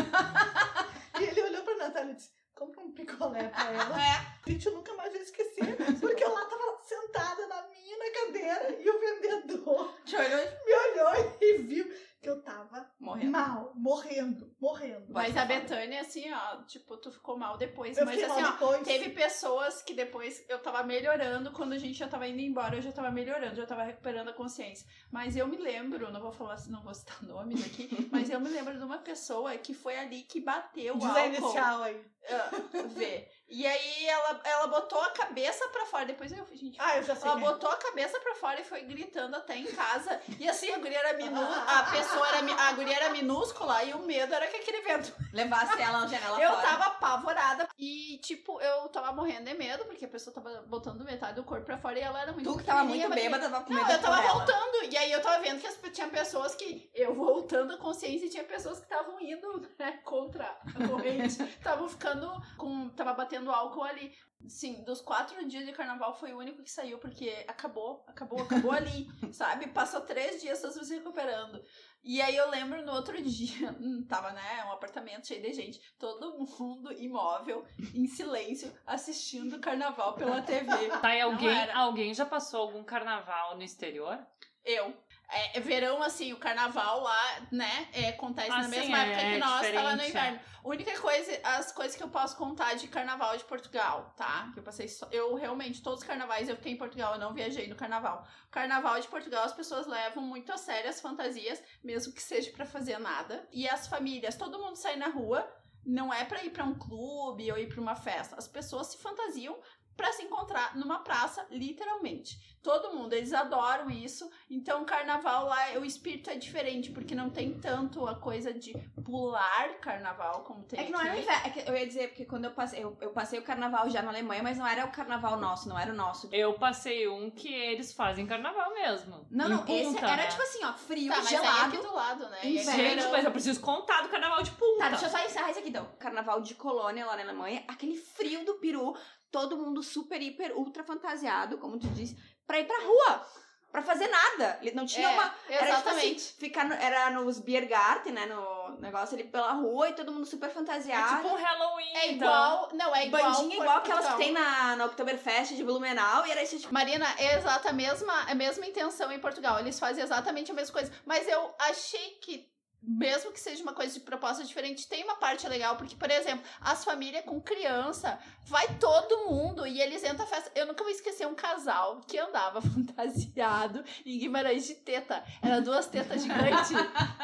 Speaker 3: e ele olhou pra Natália e disse, compra um picolé pra ela.
Speaker 1: É.
Speaker 3: Gente, eu nunca mais vou esquecer, porque eu lá tava sentada na minha na cadeira e o vendedor
Speaker 1: Te olhou
Speaker 3: me olhou e viu que eu tava
Speaker 1: morrendo.
Speaker 3: mal, morrendo, morrendo.
Speaker 4: Mas a Betânia, assim, ó, tipo, tu ficou mal depois.
Speaker 3: eu
Speaker 4: mas
Speaker 3: fiquei
Speaker 4: assim,
Speaker 3: mal
Speaker 4: ó,
Speaker 3: depois.
Speaker 4: teve pessoas que depois eu tava melhorando. Quando a gente já tava indo embora, eu já tava melhorando, já tava recuperando a consciência. Mas eu me lembro, não vou falar assim, não vou citar nomes aqui, mas eu me lembro de uma pessoa que foi ali que bateu
Speaker 3: Diz
Speaker 4: o
Speaker 3: a
Speaker 4: álcool.
Speaker 3: inicial aí.
Speaker 4: Ah, vê. E aí ela, ela botou a cabeça pra fora. Depois eu fui, gente.
Speaker 3: Ah, eu já sei.
Speaker 4: Ela
Speaker 3: quem é.
Speaker 4: botou a cabeça pra fora e foi gritando até em casa. E assim, a guria era minúscula, a pessoa era, mi- a guria era minúscula e o medo era que aquele vento
Speaker 1: Levasse ela na janela
Speaker 4: eu
Speaker 1: fora.
Speaker 4: tava apavorada. E, tipo, eu tava morrendo de medo, porque a pessoa tava botando metade do corpo pra fora e ela era muito
Speaker 1: Tu que tava
Speaker 4: pequenininha,
Speaker 1: muito
Speaker 4: mas-
Speaker 1: bêbada, tava com medo
Speaker 4: Não, eu tava
Speaker 1: por ela.
Speaker 4: voltando. E aí eu tava vendo que as, tinha pessoas que. Eu voltando a consciência e tinha pessoas que estavam indo, né, contra a corrente. Estavam ficando com. Tava batendo álcool ali. Sim, dos quatro dias de carnaval foi o único que saiu, porque acabou, acabou, acabou ali, sabe? Passou três dias só se recuperando. E aí eu lembro no outro dia, hum, tava, né, um apartamento cheio de gente, todo mundo imóvel, em silêncio, assistindo o carnaval pela TV.
Speaker 2: Tá, e
Speaker 4: Não
Speaker 2: alguém,
Speaker 4: era.
Speaker 2: alguém já passou algum carnaval no exterior?
Speaker 4: Eu. É, é verão, assim, o carnaval lá, né? É, acontece
Speaker 2: Ah,
Speaker 4: na
Speaker 2: sim,
Speaker 4: mesma
Speaker 2: é,
Speaker 4: época
Speaker 2: é
Speaker 4: que nós, tá lá no
Speaker 2: diferente,
Speaker 4: inverno. Única coisa, as coisas que eu posso contar de carnaval de Portugal, tá? Que eu passei só. Eu realmente, todos os carnavais eu fiquei em Portugal, eu não viajei no carnaval. Carnaval de Portugal, as pessoas levam muito a sério as fantasias, mesmo que seja pra fazer nada. E as famílias, todo mundo sai na rua. Não é pra ir pra um clube ou ir pra uma festa. As pessoas se fantasiam pra se encontrar numa praça, literalmente. Todo mundo, eles adoram isso. Então, o carnaval lá, o espírito é diferente, porque não tem tanto a coisa de pular carnaval como tem
Speaker 1: É que não
Speaker 4: aqui.
Speaker 1: era o inverno. É que eu ia dizer, porque quando eu passei, eu, eu passei o carnaval já na Alemanha, mas não era o carnaval nosso, não era o nosso.
Speaker 2: Eu passei um que eles fazem carnaval mesmo.
Speaker 1: Não,
Speaker 2: Em
Speaker 1: não, esse
Speaker 2: Punta,
Speaker 1: era
Speaker 2: né?
Speaker 1: tipo assim, ó, frio,
Speaker 4: tá, mas aí é
Speaker 1: gelado.
Speaker 4: aqui do lado, né? E é
Speaker 1: Inverno.
Speaker 2: Gente,
Speaker 4: verão.
Speaker 2: mas eu preciso contar do carnaval de Punta.
Speaker 1: Tá, deixa eu só encerrar isso aqui então. Carnaval de Colônia lá na Alemanha, aquele frio do peru, todo mundo super, hiper, ultra fantasiado, como tu disse, pra ir pra rua, pra fazer nada. Ele Não tinha
Speaker 4: É,
Speaker 1: uma. Era, tipo
Speaker 4: Exatamente.
Speaker 1: assim, ficar no- era nos Biergarten, né? No negócio ali pela rua e todo mundo super
Speaker 2: É
Speaker 1: fantasiado.
Speaker 2: tipo um Halloween.
Speaker 4: é
Speaker 2: então.
Speaker 4: igual, não, é igual.
Speaker 1: bandinha
Speaker 4: por
Speaker 1: igual aquelas que
Speaker 4: Portugal.
Speaker 1: tem na, na Oktoberfest de Blumenau e era isso, tipo.
Speaker 4: Marina, é exata a mesma, a mesma intenção em Portugal. Eles fazem exatamente a mesma coisa. Mas eu achei que mesmo que seja uma coisa de proposta diferente, tem uma parte legal, porque, por exemplo, as famílias com criança, vai todo mundo e eles entram a festa. Eu nunca vou esquecer um casal que andava fantasiado em Guimarães de teta. Era duas tetas gigantes.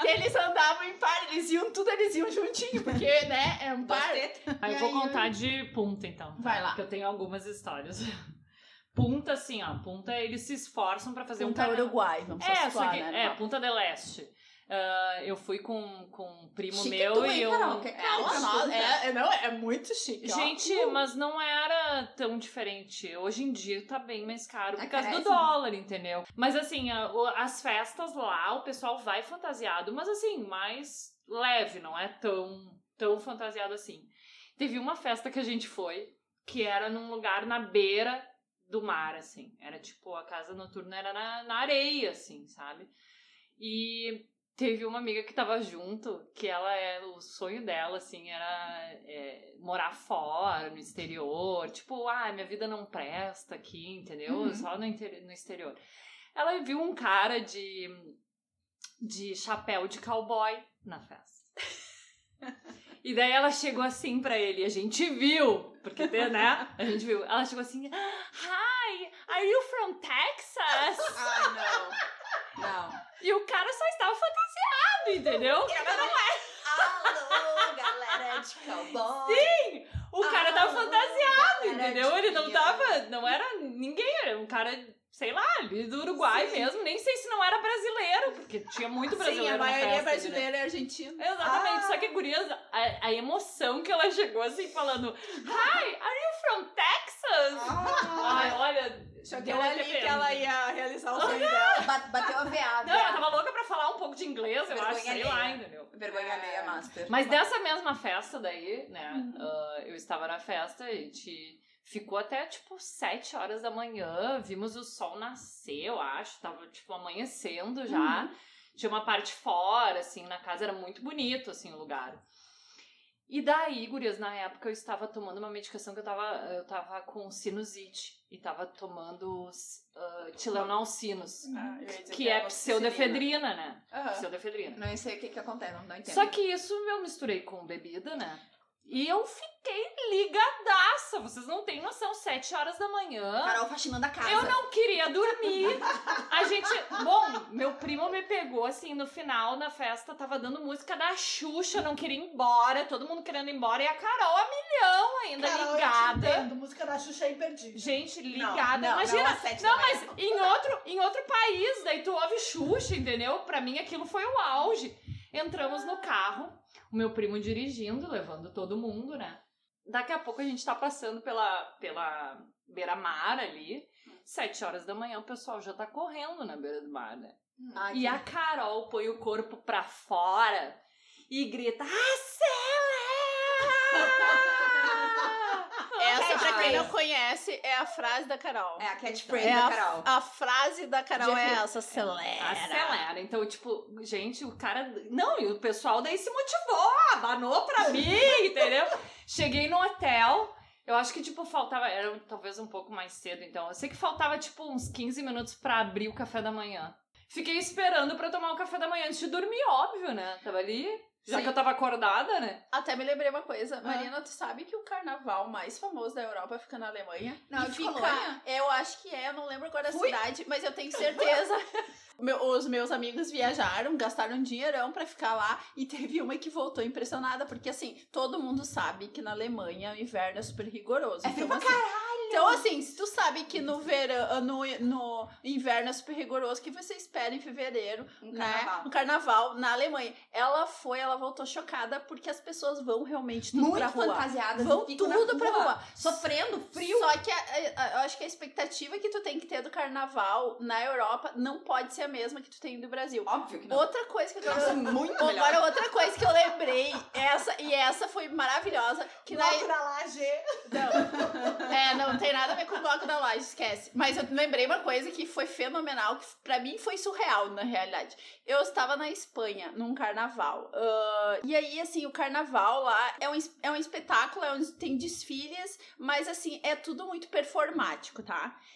Speaker 4: e eles andavam em par, eles iam tudo, eles iam juntinho, porque, né, é um par.
Speaker 2: Aí
Speaker 4: E
Speaker 2: Ah, eu vou
Speaker 4: aí eu-
Speaker 2: contar de punta, então. tá?
Speaker 4: Vai lá.
Speaker 2: Porque eu tenho algumas histórias. Punta, assim, ó. Punta, eles se esforçam pra fazer um
Speaker 4: Juntar
Speaker 2: carnaval.
Speaker 4: Uruguai, vamos
Speaker 2: É,
Speaker 4: falar,
Speaker 2: só que,
Speaker 4: né?
Speaker 2: é, Punta del Este. Ah, eu fui com, com um primo
Speaker 1: Chique
Speaker 2: meu
Speaker 1: tu,
Speaker 2: e um
Speaker 1: hein,
Speaker 2: eu.
Speaker 1: Carol? Que é caro,
Speaker 4: Nossa,
Speaker 1: Nossa,
Speaker 4: é, é- não, é muito chique. ó.
Speaker 2: Gente,
Speaker 1: Uh!
Speaker 2: mas não era tão diferente. Hoje em dia tá bem mais caro por
Speaker 1: Ah,
Speaker 2: causa do
Speaker 1: cresce, né?
Speaker 2: dólar, entendeu? Mas assim, a- o- as festas lá, o pessoal vai fantasiado, mas assim, mais leve, não é tão, tão fantasiado assim. Teve uma festa que a gente foi, que era num lugar na beira do mar, assim. Era tipo, a casa noturna era na, na areia, assim, sabe? E teve uma amiga que tava junto, que ela é. O sonho dela, assim, era é, morar fora, no exterior. Tipo, ah, minha vida não presta aqui, entendeu?
Speaker 4: Uhum.
Speaker 2: Só no, interi- no exterior. Ela viu um cara de, de chapéu de cowboy na festa. E daí ela chegou assim pra ele, a gente viu, porque tem, né? A gente viu. Ela chegou assim: Hi, are you from Texas?
Speaker 1: Ai, não. Não.
Speaker 2: E o cara só estava fantasiado, entendeu?
Speaker 1: Então, é. Alô, galera de cowboy.
Speaker 2: O
Speaker 4: Ah,
Speaker 2: cara tava
Speaker 1: Alô,
Speaker 2: fantasiado,
Speaker 1: galera
Speaker 2: entendeu?
Speaker 1: de
Speaker 2: Ele não
Speaker 1: Rio.
Speaker 2: tava. Não era ninguém, era um cara, sei lá, ali do Uruguai
Speaker 1: Sim.
Speaker 2: mesmo. Nem sei se não era brasileiro, porque tinha muito brasileiro.
Speaker 4: Sim, a
Speaker 2: na
Speaker 4: maioria é Ah.
Speaker 2: festa, entendeu?
Speaker 4: brasileira e argentina.
Speaker 2: Exatamente, só que gurias, a, a emoção que ela chegou assim, falando: Hi, are you from Texas? Ai, olha.
Speaker 4: Ah. Só que
Speaker 2: Ah, deu
Speaker 4: era
Speaker 2: até
Speaker 4: ali que
Speaker 2: pena.
Speaker 4: ela ia realizar o sonho dela.
Speaker 1: Ba- Bateu a VA.
Speaker 2: Não, ela tava louca pra falar um pouco de inglês, eu
Speaker 1: Vergonha
Speaker 2: acho, sei
Speaker 1: alheia.
Speaker 4: né?
Speaker 2: lá, entendeu?
Speaker 1: Vergonha
Speaker 4: É.
Speaker 1: alheia, Master.
Speaker 2: Mas dessa mesma festa daí, né? ah, eu estava na festa, a gente ficou até tipo 7 horas da manhã, vimos o sol nascer, eu acho, tava tipo amanhecendo já. Tinha uma parte fora, assim, na casa, era muito bonito, assim, o lugar. E daí, gurias, na época eu estava tomando uma medicação que eu tava, eu tava com sinusite. E tava tomando uh, Tilenol Sinus,
Speaker 4: Ah, eu ia dizer
Speaker 2: que é
Speaker 4: era amoxicilina.
Speaker 2: pseudefedrina, né?
Speaker 4: Aham.
Speaker 2: Pseudefedrina.
Speaker 1: Não sei o que que acontece, não, não entendo.
Speaker 2: Só que isso eu misturei com bebida, né? E eu fiquei ligadaça. Vocês não têm noção. Sete horas da manhã.
Speaker 1: Carol faxinando a casa.
Speaker 2: Eu não queria dormir. A gente. Bom, meu primo me pegou assim no final na festa, tava dando música da Xuxa, eu não queria ir embora, todo mundo querendo ir embora. E a Carol a milhão ainda
Speaker 3: Carol, Eu te
Speaker 2: ligada.
Speaker 3: entendo, música da Xuxa é imperdível.
Speaker 2: Gente,
Speaker 1: Não,
Speaker 2: ligada.
Speaker 1: não,
Speaker 2: Imagina,
Speaker 1: Não, às sete
Speaker 2: não,
Speaker 1: da manhã.
Speaker 2: mas em outro, em outro país, daí tu ouve Xuxa, entendeu? Pra mim aquilo foi o auge. Entramos no carro, o meu primo dirigindo, levando todo mundo, né? Daqui a pouco a gente tá passando pela, pela beira-mar ali. Sete horas da manhã o pessoal já tá correndo na beira do mar, né?
Speaker 1: Ai,
Speaker 2: E
Speaker 1: que-
Speaker 2: a Carol põe o corpo pra fora e grita: Acelera!
Speaker 4: Essa, pra quem
Speaker 1: Catchphrase.
Speaker 4: não conhece, é a frase da Carol.
Speaker 1: É a catchphrase
Speaker 4: É
Speaker 1: da Carol.
Speaker 4: A frase da Carol é
Speaker 1: Jeff-
Speaker 4: essa, acelera.
Speaker 2: Acelera. Então, tipo, gente, o cara. Não, e o pessoal daí se motivou, abanou pra mim, entendeu? Cheguei no hotel. Eu acho que, tipo, faltava. Era talvez um pouco mais cedo, então. Eu sei que faltava, tipo, uns 15 minutos pra abrir o café da manhã. Fiquei esperando pra tomar o café da manhã antes de dormir, óbvio, né? Tava ali. Já
Speaker 4: Sim.
Speaker 2: que eu tava acordada, né?
Speaker 4: Até me lembrei uma coisa.
Speaker 1: Ah.
Speaker 4: Marina, tu sabe que o carnaval mais famoso da Europa fica na Alemanha?
Speaker 1: Não,
Speaker 4: E
Speaker 1: de
Speaker 4: fica...
Speaker 1: Colônia?
Speaker 4: Eu acho que é, eu não lembro agora da
Speaker 1: Fui.
Speaker 4: cidade, mas eu tenho certeza. Meu- os meus amigos viajaram, gastaram um dinheirão pra ficar lá e teve uma que voltou impressionada, porque assim, todo mundo sabe que na Alemanha o inverno é super rigoroso.
Speaker 1: É frio pra
Speaker 4: assim, então, assim, se tu sabe que no verão, no, no inverno é super rigoroso, o que você espera em fevereiro,
Speaker 1: Um
Speaker 4: né? No carnaval na Alemanha. Ela foi, ela voltou chocada porque as pessoas vão realmente tudo
Speaker 1: Muito
Speaker 4: pra rua.
Speaker 1: fantasiadas.
Speaker 4: Vão
Speaker 1: ficam na
Speaker 4: tudo pra rua.
Speaker 1: Sofrendo frio.
Speaker 4: Só que a- a- eu acho que a expectativa que tu tem que ter do carnaval na Europa não pode ser a mesma que tu tem do Brasil.
Speaker 1: Óbvio que não.
Speaker 4: Outra coisa que eu
Speaker 1: Nossa, muito melhor.
Speaker 4: Agora, outra coisa que eu lembrei, essa, e essa foi maravilhosa, que na,
Speaker 3: Lá pra lá, G.
Speaker 4: não. É, não, tem nada a ver com o bloco da laje, esquece. Mas eu lembrei uma coisa que foi fenomenal, que pra mim foi surreal, na realidade. Eu estava na Espanha, num carnaval. Ah, e aí, assim, o carnaval lá é um, es- é um espetáculo, é um, tem desfiles, mas assim, é tudo muito performático, tá?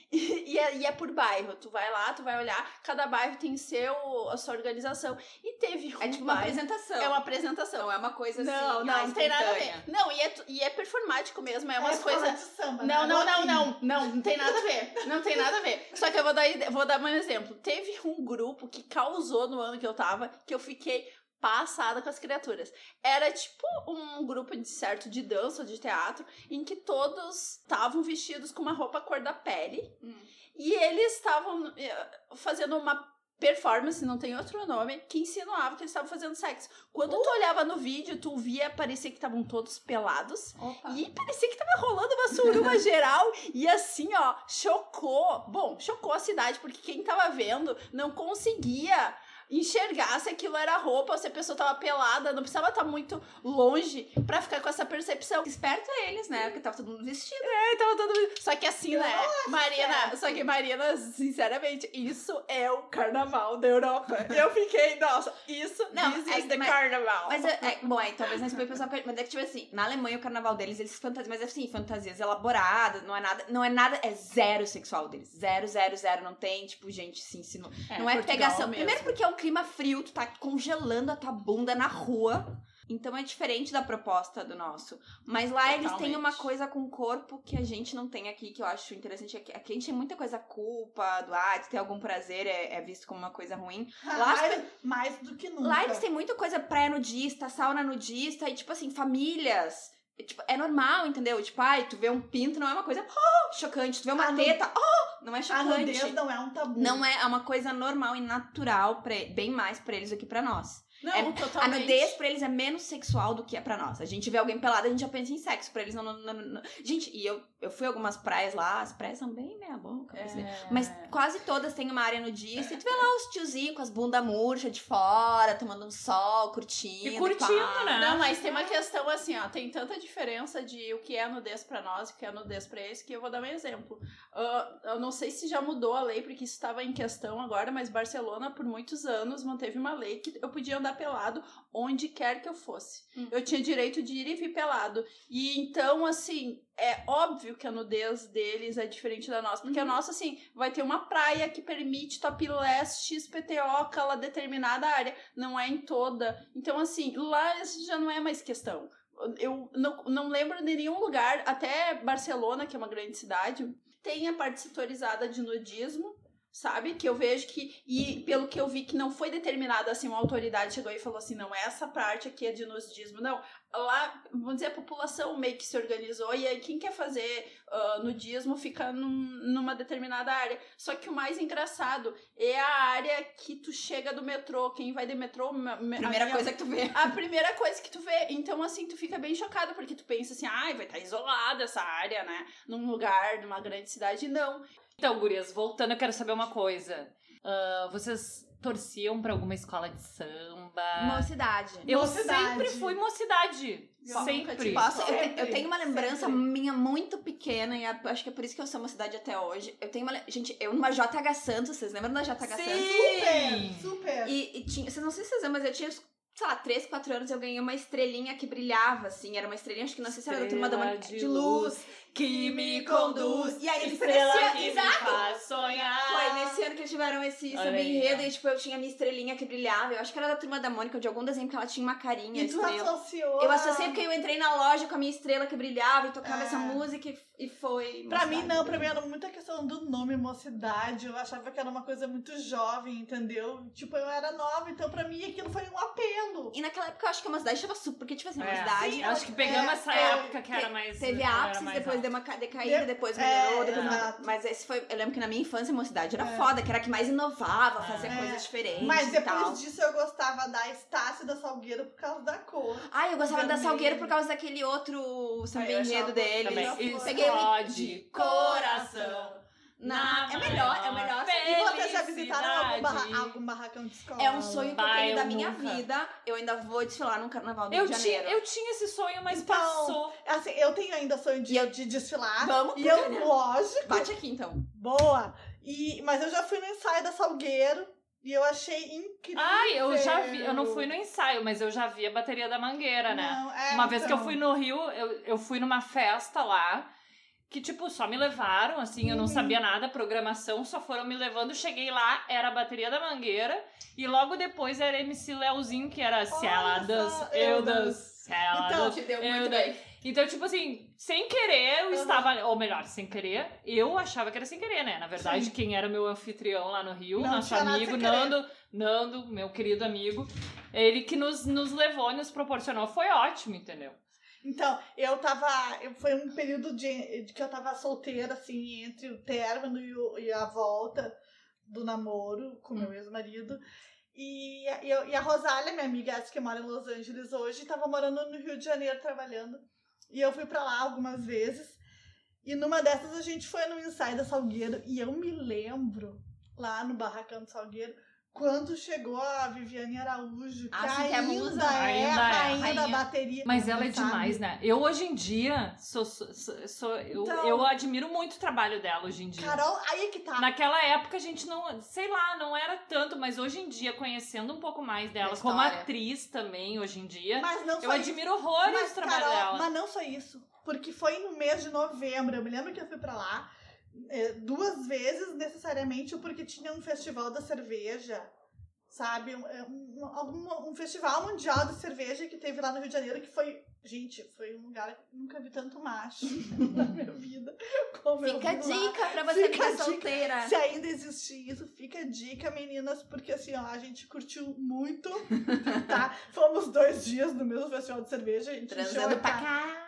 Speaker 4: E, é, e é por bairro. Tu vai lá, tu vai olhar, cada bairro tem seu, a sua organização. E teve um
Speaker 1: É tipo uma
Speaker 4: bairro-
Speaker 1: apresentação.
Speaker 4: É uma apresentação.
Speaker 1: Não é uma coisa assim.
Speaker 4: Não, não,
Speaker 1: ah,
Speaker 4: não tem nada a
Speaker 1: espontânea.
Speaker 4: ver. Não, e é, tu- e é performático mesmo, é umas
Speaker 3: É
Speaker 4: coisas.
Speaker 3: escola de samba, né?
Speaker 4: Não, não,
Speaker 1: é
Speaker 4: não,
Speaker 3: Bloquinho.
Speaker 4: não, não, não tem nada a ver. Não tem nada a ver. Só que eu vou dar, ide- vou dar um exemplo. Teve um grupo que causou no ano que eu tava, que eu fiquei passada com as criaturas. Era tipo um grupo de certo de dança, de teatro, em que todos estavam vestidos com uma roupa cor da pele.
Speaker 1: Hum.
Speaker 4: E eles estavam eh, fazendo uma performance, não tem outro nome, que insinuava que eles estavam fazendo sexo. Quando tu olhava no vídeo, tu via, parecia que estavam todos pelados.
Speaker 1: Opa.
Speaker 4: E parecia que tava rolando uma suruba geral. E assim, ó, chocou. Bom, chocou a cidade, porque quem tava vendo não conseguia enxergar se aquilo era roupa ou se a pessoa tava pelada. Não precisava estar muito longe pra ficar com essa percepção.
Speaker 1: Esperto eles, né? Porque tava todo mundo vestido.
Speaker 4: Aí tava todo mundo- Só que assim,
Speaker 3: Eu
Speaker 4: né,
Speaker 3: não
Speaker 4: Marina?
Speaker 3: certo.
Speaker 4: Só que, Marina, sinceramente, isso é o carnaval da Europa. Eu fiquei, nossa, isso
Speaker 1: Não,
Speaker 4: this
Speaker 1: é-
Speaker 4: is the
Speaker 1: mas-
Speaker 4: carnaval.
Speaker 1: Mas, é, é, bom, aí talvez na Espanha o pessoal... per- Mas é que, tipo assim, na Alemanha o carnaval deles, eles fantasiam... Mas, assim, fantasias elaboradas, não é nada... Não é nada... É zero sexual deles. Zero, zero, zero. Não tem, tipo, gente se ensinou. não é
Speaker 4: Portugal
Speaker 1: pegação.
Speaker 4: mesmo.
Speaker 1: Primeiro porque é um clima frio, tu tá congelando a tua bunda na rua. Então é diferente da proposta do nosso. Mas lá eles têm
Speaker 4: Totalmente.
Speaker 1: uma coisa com o corpo que a gente não tem aqui, que eu acho interessante. Aqui aqui a gente tem muita coisa culpa, do ah, de ter algum prazer é, é visto como uma coisa ruim.
Speaker 3: Ah,
Speaker 1: Lá-
Speaker 3: mais, mais do que nunca.
Speaker 1: Lá eles têm muita coisa pré-nudista, sauna nudista, e tipo assim, famílias. E, tipo, é normal, entendeu? Tipo, ai, tu vê um pinto não é uma coisa oh, chocante, tu vê uma
Speaker 3: Ah, não-
Speaker 1: teta, oh, não é
Speaker 3: A
Speaker 1: chocante.
Speaker 3: nudez não é um tabu.
Speaker 1: Não é é uma coisa normal e natural, pra, bem mais pra eles do que pra nós.
Speaker 4: Não,
Speaker 1: é-
Speaker 4: totalmente.
Speaker 1: A nudez pra eles é menos sexual do que é pra nós. A gente vê alguém pelado, a gente já pensa em sexo. Pra eles não. não- não- não- Gente, e eu, eu fui a algumas praias lá, as praias são bem meia
Speaker 4: É.
Speaker 1: boca. assim. Mas quase todas têm uma área nudista. E tu vê lá os tiozinhos com as bundas murchas de fora, tomando um sol, curtindo.
Speaker 2: E curtindo,
Speaker 1: pá.
Speaker 2: né?
Speaker 4: Não, mas tem uma questão assim, ó, tem tanta diferença de o que é nudez pra nós e o que é nudez pra eles, que eu vou dar um exemplo. Ah, eu não sei se já mudou a lei, porque isso estava em questão agora, mas Barcelona, por muitos anos, manteve uma lei que eu podia andar pelado onde quer que eu fosse.
Speaker 1: Hum.
Speaker 4: Eu tinha direito de ir e vir pelado. E então, assim, é óbvio que a nudez deles é diferente da nossa, porque a nossa, assim, vai ter uma praia que permite topless, XPTO, aquela determinada área não é em toda. Então, assim, lá isso já não é mais questão. Eu não, não lembro de nenhum lugar, até Barcelona, que é uma grande cidade, tem a parte setorizada de nudismo, sabe? Que eu vejo que, e pelo que eu vi, que não foi determinada assim, uma autoridade chegou e falou assim: não, essa parte aqui é de nudismo. Não, lá, vamos dizer, a população meio que se organizou e aí quem quer fazer ah, nudismo fica num- numa determinada área. Só que o mais engraçado é a área que tu chega do metrô, quem vai de metrô. me- me- a
Speaker 1: Primeira
Speaker 4: minha-
Speaker 1: coisa que tu vê.
Speaker 4: a primeira coisa que tu vê. Então, assim, tu fica bem chocado, porque tu pensa assim, ai, vai estar isolada essa área, né? Num lugar, numa grande cidade. Não.
Speaker 2: Então, gurias, voltando, eu quero saber uma coisa. Ah, vocês torciam pra alguma escola de samba?
Speaker 1: Mocidade.
Speaker 2: Eu
Speaker 3: Mocidade.
Speaker 2: sempre fui mocidade.
Speaker 4: Eu nunca
Speaker 2: sempre.
Speaker 4: tive.
Speaker 1: Posso? Eu,
Speaker 3: Sempre,
Speaker 1: te- eu tenho uma lembrança
Speaker 3: sempre.
Speaker 1: minha muito pequena, e a- acho que é por isso que eu sou uma cidade até hoje. Eu tenho uma. le- Gente, eu numa JH Santos, vocês lembram da JH Santos?
Speaker 3: Super, super.
Speaker 1: E, e tinha. Vocês não sei se vocês lembram, mas eu tinha, sei lá, 3, 4 anos eu ganhei uma estrelinha que brilhava, assim. Era uma estrelinha, acho que não sei se era da turma da Mônica de, luz.
Speaker 2: que
Speaker 1: me conduz. E aí, estrela que me
Speaker 2: faz sonhar.
Speaker 3: Ah.
Speaker 2: É.
Speaker 1: Foi nesse ano que eles tiveram esse
Speaker 2: Olha
Speaker 1: samba
Speaker 2: aí,
Speaker 1: enredo
Speaker 2: ó.
Speaker 1: e, tipo, eu tinha a minha estrelinha que brilhava. Eu acho que era da turma da Mônica, ou de algum desenho que ela tinha uma carinha.
Speaker 3: E tu
Speaker 1: estrela.
Speaker 3: associou.
Speaker 1: Eu
Speaker 3: a-
Speaker 1: associei porque eu entrei na loja com a minha estrela que brilhava e tocava
Speaker 3: Ah.
Speaker 1: essa música e, e foi.
Speaker 3: Pra
Speaker 1: mocidade.
Speaker 3: mim, não, pra mim era muita questão do nome mocidade. Eu achava que era uma coisa muito jovem, entendeu? Tipo, eu era nova, então pra mim aquilo foi um apelo.
Speaker 1: E naquela época eu acho que a mocidade tava super, porque, tipo assim, a
Speaker 2: É.
Speaker 1: mocidade.
Speaker 3: Sim,
Speaker 1: ela
Speaker 2: Acho que pegamos
Speaker 3: É,
Speaker 2: essa
Speaker 3: é,
Speaker 2: época que era mais.
Speaker 1: Teve
Speaker 2: que era
Speaker 1: ápices,
Speaker 2: mais
Speaker 1: depois
Speaker 2: alta.
Speaker 1: deu uma ca- decaída,
Speaker 3: De-
Speaker 1: depois
Speaker 3: é,
Speaker 1: melhorou, depois
Speaker 3: exato.
Speaker 1: não. Mas esse foi. Eu lembro que na minha infância a mocidade era
Speaker 3: É.
Speaker 1: foda, que era a que mais inovava, fazia
Speaker 3: É.
Speaker 1: coisas diferentes.
Speaker 3: Mas
Speaker 1: e tal.
Speaker 3: depois disso eu gostava da Estácio e da Salgueiro por causa da cor.
Speaker 1: Ai, eu gostava da
Speaker 3: Vermelho.
Speaker 1: Salgueiro por causa daquele outro samba
Speaker 3: eu achava
Speaker 1: enredo dele.
Speaker 2: Também.
Speaker 3: Já foi.
Speaker 1: Peguei o
Speaker 2: Explode coração.
Speaker 1: Na... É melhor, é melhor.
Speaker 2: Feliz.
Speaker 3: E vocês já visitaram algum, barra-
Speaker 2: Felicidade.
Speaker 3: algum barracão de escola?
Speaker 1: É um sonho que eu
Speaker 2: Vai,
Speaker 1: tenho da
Speaker 2: eu
Speaker 1: minha
Speaker 2: nunca.
Speaker 1: vida. Eu ainda vou desfilar no carnaval do
Speaker 2: Eu,
Speaker 1: Rio de
Speaker 2: tinha,
Speaker 1: Janeiro.
Speaker 2: eu tinha esse sonho, mas
Speaker 3: Então,
Speaker 2: passou.
Speaker 3: Assim, eu tenho ainda sonho de,
Speaker 1: E eu-
Speaker 3: de desfilar.
Speaker 1: Vamos
Speaker 3: E
Speaker 1: pro
Speaker 3: eu,
Speaker 1: carnaval.
Speaker 3: lógico,
Speaker 1: Bate aqui então.
Speaker 3: boa. E, mas eu já fui no ensaio da Salgueiro e eu achei incrível.
Speaker 2: Ai, eu já vi. Eu não fui no ensaio, mas eu já vi a bateria da mangueira, né?
Speaker 3: Não, é,
Speaker 2: Uma vez que eu
Speaker 3: então.
Speaker 2: fui no Rio, eu, eu fui numa festa lá. Que, tipo, só me levaram, assim,
Speaker 3: Uhum.
Speaker 2: eu não sabia nada, programação, só foram me levando. Cheguei lá, era a bateria da mangueira, e logo depois era MC Leozinho, que era se ela
Speaker 3: só,
Speaker 2: dança,
Speaker 3: eu
Speaker 2: eu
Speaker 3: danço.
Speaker 2: danço, se ela
Speaker 3: Então,
Speaker 2: dança.
Speaker 1: Te deu
Speaker 2: eu
Speaker 1: muito
Speaker 2: dei.
Speaker 1: bem.
Speaker 2: Então, tipo assim, sem querer, eu
Speaker 3: Aham.
Speaker 2: estava. Ou melhor, sem querer, eu achava que era sem querer, né? Na verdade, quem era meu anfitrião lá no Rio,
Speaker 3: Não
Speaker 2: nosso
Speaker 3: tinha nada
Speaker 2: amigo,
Speaker 3: sem querer.
Speaker 2: Nando, Nando, meu querido amigo, ele que nos, nos levou e nos proporcionou. Foi ótimo, entendeu?
Speaker 3: Então, eu tava. eu- Foi um período de, de que eu tava solteira, assim, entre o término e, o- e a volta do namoro com
Speaker 1: Hum.
Speaker 3: meu ex-marido. E, a- e eu- e a Rosália, minha amiga, essa que mora em Los Angeles hoje, tava morando no Rio de Janeiro trabalhando. E eu fui pra lá algumas vezes. E numa dessas a gente foi no ensaio da Salgueiro. E eu me lembro, lá no Barracão do Salgueiro, quando chegou a Viviane Araújo, que
Speaker 1: Ah, sim, que é
Speaker 3: ainda,
Speaker 1: a musa.
Speaker 3: é a
Speaker 2: Ainda é,
Speaker 3: rainha, da
Speaker 1: rainha.
Speaker 3: bateria.
Speaker 2: Mas ela é
Speaker 3: sabe?
Speaker 2: demais, né? Eu hoje em dia sou. sou, sou- sou- eu,
Speaker 3: Então-
Speaker 2: eu admiro muito o trabalho dela hoje em dia.
Speaker 3: Carol, aí é que tá.
Speaker 2: Naquela época a gente não, sei lá, não era tanto, mas hoje em dia, conhecendo um pouco mais dela,
Speaker 1: Da
Speaker 2: como
Speaker 1: história.
Speaker 2: atriz também, hoje em dia,
Speaker 3: É Mas não
Speaker 2: eu
Speaker 3: só isso.
Speaker 2: admiro horrores
Speaker 3: Mas,
Speaker 2: o trabalho
Speaker 3: Carol,
Speaker 2: dela.
Speaker 3: mas não só isso. Porque foi no mês de novembro. Eu me lembro que eu fui pra lá eh, duas vezes, necessariamente, porque tinha um festival da cerveja. Sabe? Um, eh, um, algum- um festival mundial de cerveja que teve lá no Rio de Janeiro, que foi. Gente, foi um lugar que eu nunca vi tanto macho na minha vida. Como eu
Speaker 1: Fica a
Speaker 3: vi lá.
Speaker 1: dica pra você
Speaker 3: Fica
Speaker 1: que
Speaker 3: a
Speaker 1: é
Speaker 3: dica.
Speaker 1: solteira.
Speaker 3: Se ainda existir isso, fica a dica, meninas, porque assim, ó, a gente curtiu muito, tá? Fomos dois dias no mesmo festival de cerveja, a gente encheu
Speaker 1: Transando
Speaker 3: a
Speaker 1: pra
Speaker 3: cara.
Speaker 1: cá.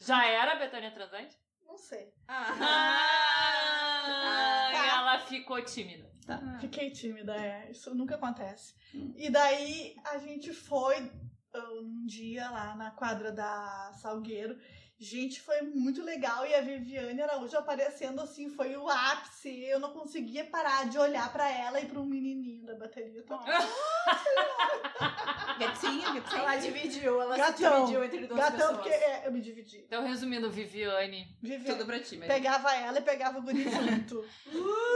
Speaker 2: Já era a Betânia Transante?
Speaker 3: Não sei.
Speaker 2: Ah,
Speaker 3: Ah, tá.
Speaker 2: Ela ficou tímida.
Speaker 1: Ah.
Speaker 3: Fiquei tímida, é. Isso nunca acontece.
Speaker 1: Hum.
Speaker 3: E daí a gente foi ah, um dia lá na quadra da Salgueiro. Gente, foi muito legal. E a Viviane Araújo aparecendo assim, foi o ápice. Eu não conseguia parar de olhar pra ela e pra um menininho da bateria. Então,
Speaker 1: Gatinha, gatinha.
Speaker 4: Ela dividiu, ela se
Speaker 3: Gatão.
Speaker 4: dividiu entre duas
Speaker 3: gatão, porque
Speaker 4: pessoas.
Speaker 3: é, eu me dividi.
Speaker 2: Então, resumindo, Viviane.
Speaker 3: Viviane.
Speaker 1: Tudo pra ti, Maria.
Speaker 3: Pegava ela e pegava o guri junto.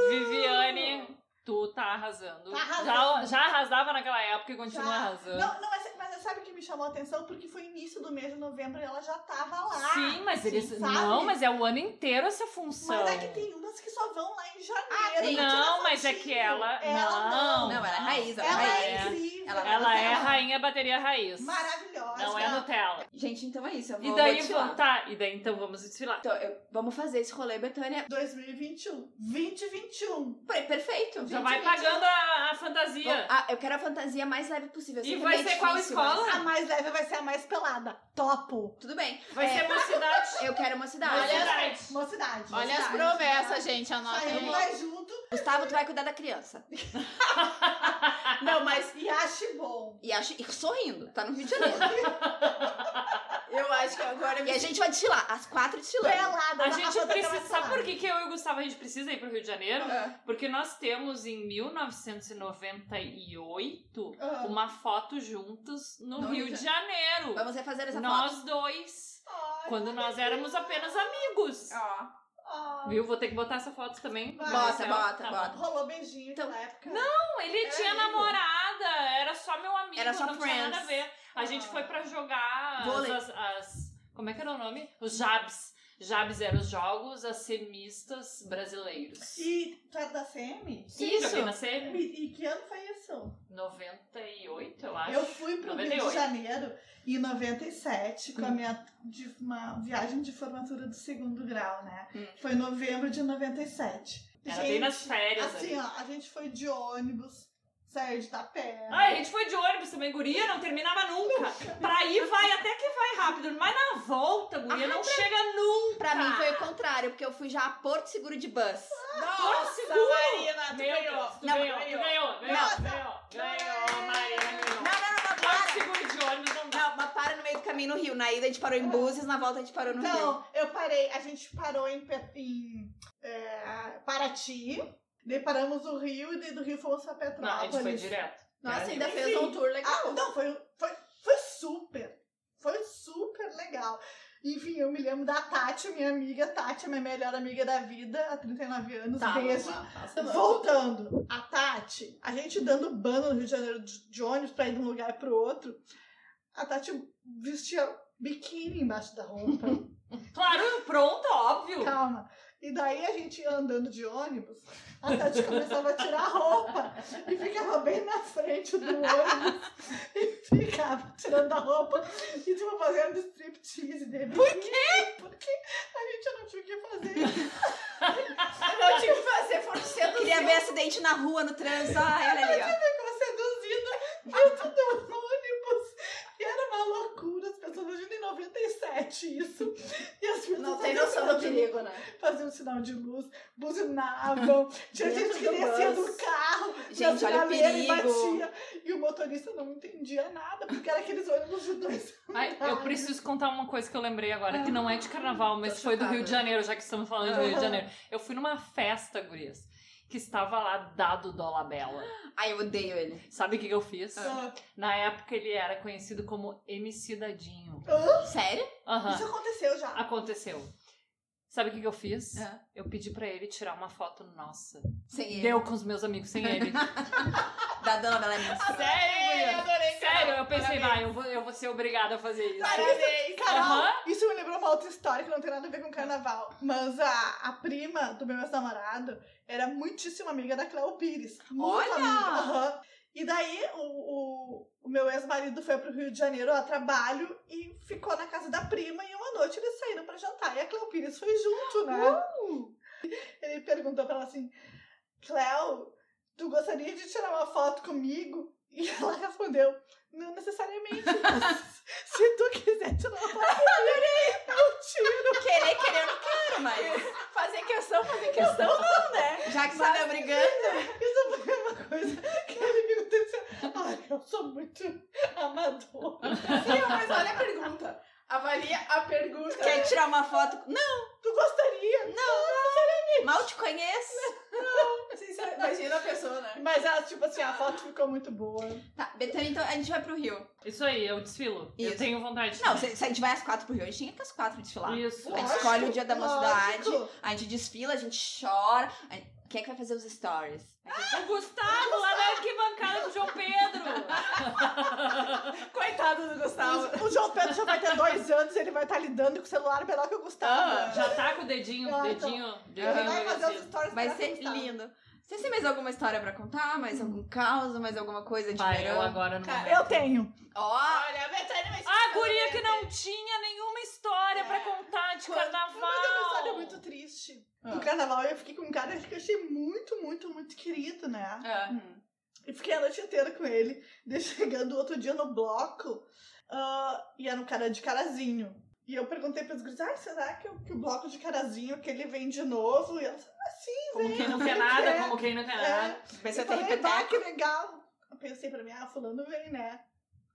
Speaker 2: Viviane, tu tá arrasando.
Speaker 3: Uh! Tá arrasando.
Speaker 2: Já, já arrasava naquela época e continua
Speaker 3: Já.
Speaker 2: arrasando.
Speaker 3: Não, não, mas, mas sabe o que me chamou a atenção? Porque foi início do mês de novembro e ela já tava lá.
Speaker 2: Sim, mas eles.
Speaker 3: sabe?
Speaker 2: Não, mas é o ano inteiro essa função.
Speaker 3: Mas é que tem umas que só vão lá em janeiro.
Speaker 1: tem.
Speaker 3: tira
Speaker 2: Não, mas é
Speaker 3: fotinho.
Speaker 2: que ela.
Speaker 3: Ela não.
Speaker 2: não,
Speaker 1: Não, ela é raiz,
Speaker 3: Ela é,
Speaker 2: é.
Speaker 3: incrível.
Speaker 1: Ela-
Speaker 2: Ela é
Speaker 3: Ela- um
Speaker 2: rainha bateria raiz.
Speaker 3: Maravilhosa.
Speaker 2: Não é Nutella.
Speaker 1: Gente, então é isso. Eu vou,
Speaker 2: E daí,
Speaker 1: vou desfilar.
Speaker 2: vamos- tá, e daí então vamos desfilar.
Speaker 1: Então, eu- vamos fazer esse rolê, Betânia.
Speaker 3: 2021. 2021.
Speaker 1: Per- Perfeito.
Speaker 2: Já vai pagando a, a fantasia.
Speaker 1: Ah, eu quero a fantasia mais leve possível. Eu sei
Speaker 2: E
Speaker 1: que é
Speaker 2: vai
Speaker 1: meio
Speaker 2: ser qual
Speaker 1: difícil,
Speaker 2: escola?
Speaker 1: mas-
Speaker 3: A mais leve vai ser a mais pelada. Topo.
Speaker 1: Tudo bem.
Speaker 2: Vai
Speaker 1: É,
Speaker 2: ser mocidade.
Speaker 1: Eu quero uma cidade.
Speaker 4: Olha-
Speaker 2: Mocidade.
Speaker 3: Mocidade.
Speaker 4: Olha as
Speaker 3: Mocidade.
Speaker 4: promessas, gente, anota
Speaker 3: Saiu
Speaker 4: aí.
Speaker 3: mais junto.
Speaker 1: Gustavo, tu vai cuidar da criança.
Speaker 3: Não, mas e ache bom.
Speaker 1: E, acho, e sorrindo. Tá no Rio de Janeiro.
Speaker 4: Eu acho que agora eu
Speaker 1: e
Speaker 4: me
Speaker 1: a gente vai desfilar. As quatro desfilando.
Speaker 3: Pelada.
Speaker 2: A
Speaker 3: na
Speaker 2: gente
Speaker 3: rua da
Speaker 2: precisa.
Speaker 3: Camaçari.
Speaker 2: Sabe por que, que eu e o Gustavo a gente precisa ir pro Rio de Janeiro?
Speaker 4: Ah.
Speaker 2: Porque nós temos em 1998
Speaker 3: Ah.
Speaker 2: uma foto juntos no,
Speaker 1: No
Speaker 2: Rio
Speaker 1: Rio
Speaker 2: de Janeiro.
Speaker 1: Vamos refazer essa foto.
Speaker 2: Nós dois.
Speaker 3: Ai,
Speaker 2: Quando nós éramos apenas amigos.
Speaker 4: Ó,
Speaker 3: ai.
Speaker 2: Viu? Vou ter que botar essa foto também.
Speaker 3: Bota, É
Speaker 2: Marcel.
Speaker 1: bota,
Speaker 2: bom.
Speaker 1: bota.
Speaker 3: Rolou beijinho
Speaker 1: Então,
Speaker 3: na época.
Speaker 2: Não, ele
Speaker 3: Era
Speaker 2: tinha
Speaker 3: amigo.
Speaker 2: namorada, era só meu amigo,
Speaker 1: Era só
Speaker 2: não tinha nada a
Speaker 1: friends.
Speaker 2: ver. A gente foi
Speaker 3: Ah.
Speaker 2: pra jogar as,
Speaker 1: Vôlei.
Speaker 2: as- as- Como é que era o nome? Os Jabs. Jabs eram os jogos acemistas brasileiros.
Speaker 3: E tu era da CM?
Speaker 2: Isso. Eu
Speaker 3: E, e que ano foi isso?
Speaker 2: 98, eu acho.
Speaker 3: Eu fui pro Rio
Speaker 2: 98.
Speaker 3: de Janeiro em 97
Speaker 2: Hum.
Speaker 3: com a minha de uma viagem de formatura do segundo grau, né?
Speaker 1: Hum.
Speaker 3: Foi em novembro de 97.
Speaker 2: Era bem nas férias.
Speaker 3: assim,
Speaker 2: ali.
Speaker 3: ó, a gente foi de ônibus, saiu de tapé.
Speaker 2: Ai, a gente foi de ônibus também, guria, não terminava nunca. Pra ir vai até que vai rápido, mas na volta, guria, não chega nunca.
Speaker 1: Pra mim foi o contrário, porque eu fui já a Porto Seguro de bus.
Speaker 2: Nossa, seguro.
Speaker 4: Marina, tu
Speaker 2: Meu
Speaker 4: ganhou.
Speaker 2: Deus, tu
Speaker 1: Não,
Speaker 2: ganhou,
Speaker 4: ganhou.
Speaker 2: tu ganhou, ganhou,
Speaker 1: Nossa.
Speaker 2: ganhou, ganhou, Marina, ganhou.
Speaker 1: Não, não, não, não,
Speaker 2: Pode
Speaker 1: para.
Speaker 2: seguro de ônibus não dá.
Speaker 1: Não, mas para no meio meio do caminho no Rio. Na ida a gente parou em Búzios, na volta a gente parou no Rio.
Speaker 3: Então, eu parei, a gente parou em, Pe- em, é, Paraty, daí paramos no Rio, e daí do Rio fomos pra
Speaker 2: Não, a
Speaker 3: Petrópolis.
Speaker 2: gente foi direto.
Speaker 1: Nossa,
Speaker 2: É,
Speaker 1: ainda
Speaker 2: eu-
Speaker 1: fez um tour legal.
Speaker 3: Ah, não, foi, foi, foi super. Foi super legal. Enfim, eu me lembro da Tati, minha amiga Tati, minha melhor amiga da vida, há 39 anos.
Speaker 1: Tá,
Speaker 3: beijo. Voltando, a Tati, a gente dando banda no Rio de Janeiro de, de ônibus pra ir de um lugar pro outro, a Tati vestia biquíni embaixo da roupa.
Speaker 2: Claro, pronto, óbvio.
Speaker 3: Calma. E daí a gente ia andando de ônibus, a Tati começava a tirar a roupa e ficava bem na frente do ônibus e ficava tirando a roupa e tipo fazendo striptease dele. Por quê? Porque a gente não tinha o que fazer.
Speaker 1: Eu não tinha o que fazer, foram um. cedo. Queria ver acidente na rua, no trânsito. Ai, olha ali, ó.
Speaker 3: Ficou seduzida dentro do ônibus. E era uma loucura, as pessoas imagina em 97 isso. E as pessoas
Speaker 1: Não tem
Speaker 3: faziam
Speaker 1: noção
Speaker 3: sinal
Speaker 1: do
Speaker 3: de
Speaker 1: perigo, né?
Speaker 3: faziam sinal de luz, buzinavam, tinha
Speaker 1: Dentro
Speaker 3: gente que
Speaker 1: do
Speaker 3: descia
Speaker 1: bus.
Speaker 3: do carro,
Speaker 1: Gente,
Speaker 3: da
Speaker 1: olha o
Speaker 3: sinaleira e
Speaker 1: perigo.
Speaker 3: batia. E o motorista não entendia nada, porque era aqueles ônibus de dois.
Speaker 2: Ai, eu preciso contar uma coisa que eu lembrei agora, que não é de carnaval, mas
Speaker 1: Tô
Speaker 2: foi do
Speaker 1: chocada.
Speaker 2: Rio de Janeiro, já que estamos falando do Rio de
Speaker 3: Aham.
Speaker 2: Janeiro. Eu fui numa festa, gurias, que estava lá dado Dola Bela.
Speaker 1: Ai, eu odeio ele.
Speaker 2: Sabe o que que eu fiz?
Speaker 3: Ah,
Speaker 2: Na época ele era conhecido como MC Dadinho.
Speaker 1: Sério?
Speaker 2: Aham,
Speaker 3: Ah. Isso é um aconteceu já.
Speaker 2: aconteceu. Sabe o que que eu fiz?
Speaker 1: É.
Speaker 2: Eu pedi pra ele tirar uma foto nossa.
Speaker 3: É.
Speaker 1: Sem ele.
Speaker 2: Deu com os meus amigos sem ele.
Speaker 1: Da é Dona Bela Missa.
Speaker 2: Sério, gurias?
Speaker 4: adorei,
Speaker 2: Sério, eu pensei, vai, eu vou, eu vou ser obrigada a fazer isso.
Speaker 4: Parabéns!
Speaker 3: Carol,
Speaker 2: Aham.
Speaker 3: isso me lembrou uma outra história que não tem nada a ver com carnaval. Mas a, a prima do meu ex-namorado era muitíssima amiga da Cléo Pires. Muito
Speaker 1: Olha!
Speaker 3: amiga. Aham. E daí o, o, o meu ex-marido foi pro Rio de Janeiro a trabalho e ficou na casa da prima. E uma noite eles saíram pra jantar. E a Cléo Pires foi junto, né? Ele perguntou pra ela assim: Cléo, tu gostaria de tirar uma foto comigo? E ela respondeu: Não necessariamente. mas se tu quiser tirar uma foto comigo, eu tiro.
Speaker 1: Querer, querer, eu não quero mais.
Speaker 4: Fazer questão, fazer questão não, né?
Speaker 1: Já que você tá brigando.
Speaker 3: Isso foi uma coisa que ele me disse: Ai, eu sou muito amador.
Speaker 4: Sim, mas olha a pergunta. Avalia a pergunta.
Speaker 1: Quer tirar uma foto? Não,
Speaker 3: é tipo, Tu gostaria?
Speaker 1: mal te conheço.
Speaker 4: Sincero, Imagina a pessoa, né?
Speaker 3: Mas ela, tipo assim, a foto ficou muito boa.
Speaker 1: Tá, Betânia, então a gente vai pro Rio.
Speaker 2: Isso aí, eu desfilo. Eu
Speaker 1: Isso.
Speaker 2: tenho vontade de
Speaker 1: Não, se, se a gente vai às quatro pro Rio, a gente tinha que às quatro desfilar.
Speaker 2: Isso.
Speaker 1: A gente escolhe o dia da mocidade,
Speaker 3: lógico.
Speaker 1: a gente desfila, a gente chora. A- Quem é que vai fazer os stories?
Speaker 2: O Gustavo lá na arquibancada do João Pedro.
Speaker 4: Coitado do Gustavo.
Speaker 3: O João Pedro já vai ter dois anos, ele vai estar lidando com o celular melhor que o Gustavo.
Speaker 4: Ah,
Speaker 2: Já tá com o dedinho,
Speaker 3: Ah,
Speaker 2: dedinho,
Speaker 3: Ele
Speaker 2: dedinho.
Speaker 3: vai fazer os
Speaker 2: merecido.
Speaker 3: stories
Speaker 1: Vai
Speaker 3: pra
Speaker 1: ser
Speaker 3: conquistar.
Speaker 1: lindo. Vocês têm mais alguma história pra contar? Mais algum caos? Mais alguma coisa de
Speaker 2: Vai, eu
Speaker 1: verão?
Speaker 2: agora não.
Speaker 4: Cara,
Speaker 3: Eu tenho.
Speaker 1: Ó,
Speaker 4: Ah. Olha, a Betânia vai se
Speaker 2: A Ah, guria que não tinha nenhuma história pra contar de
Speaker 3: Quando-
Speaker 2: carnaval.
Speaker 3: Mas é uma história muito triste.
Speaker 1: Ah.
Speaker 3: No
Speaker 4: Ah.
Speaker 3: carnaval eu fiquei com um cara que eu achei muito, muito, muito querido, né?
Speaker 4: É.
Speaker 3: E fiquei a noite inteira com ele. Daí chegando outro dia no bloco, ah, e era um cara de carazinho. E eu perguntei pros guris, ah, será que o, que o bloco de carazinho que ele vem de novo? E elas, ah, sim,
Speaker 2: Como
Speaker 3: vem.
Speaker 2: quem não
Speaker 3: vem,
Speaker 2: quer nada,
Speaker 3: é."
Speaker 2: como quem não quer
Speaker 3: É.
Speaker 2: nada.
Speaker 1: pensei
Speaker 3: Eu
Speaker 1: até
Speaker 3: falei, bah,
Speaker 1: repeteco.
Speaker 3: que legal. Eu pensei pra mim, ah, fulano vem, né?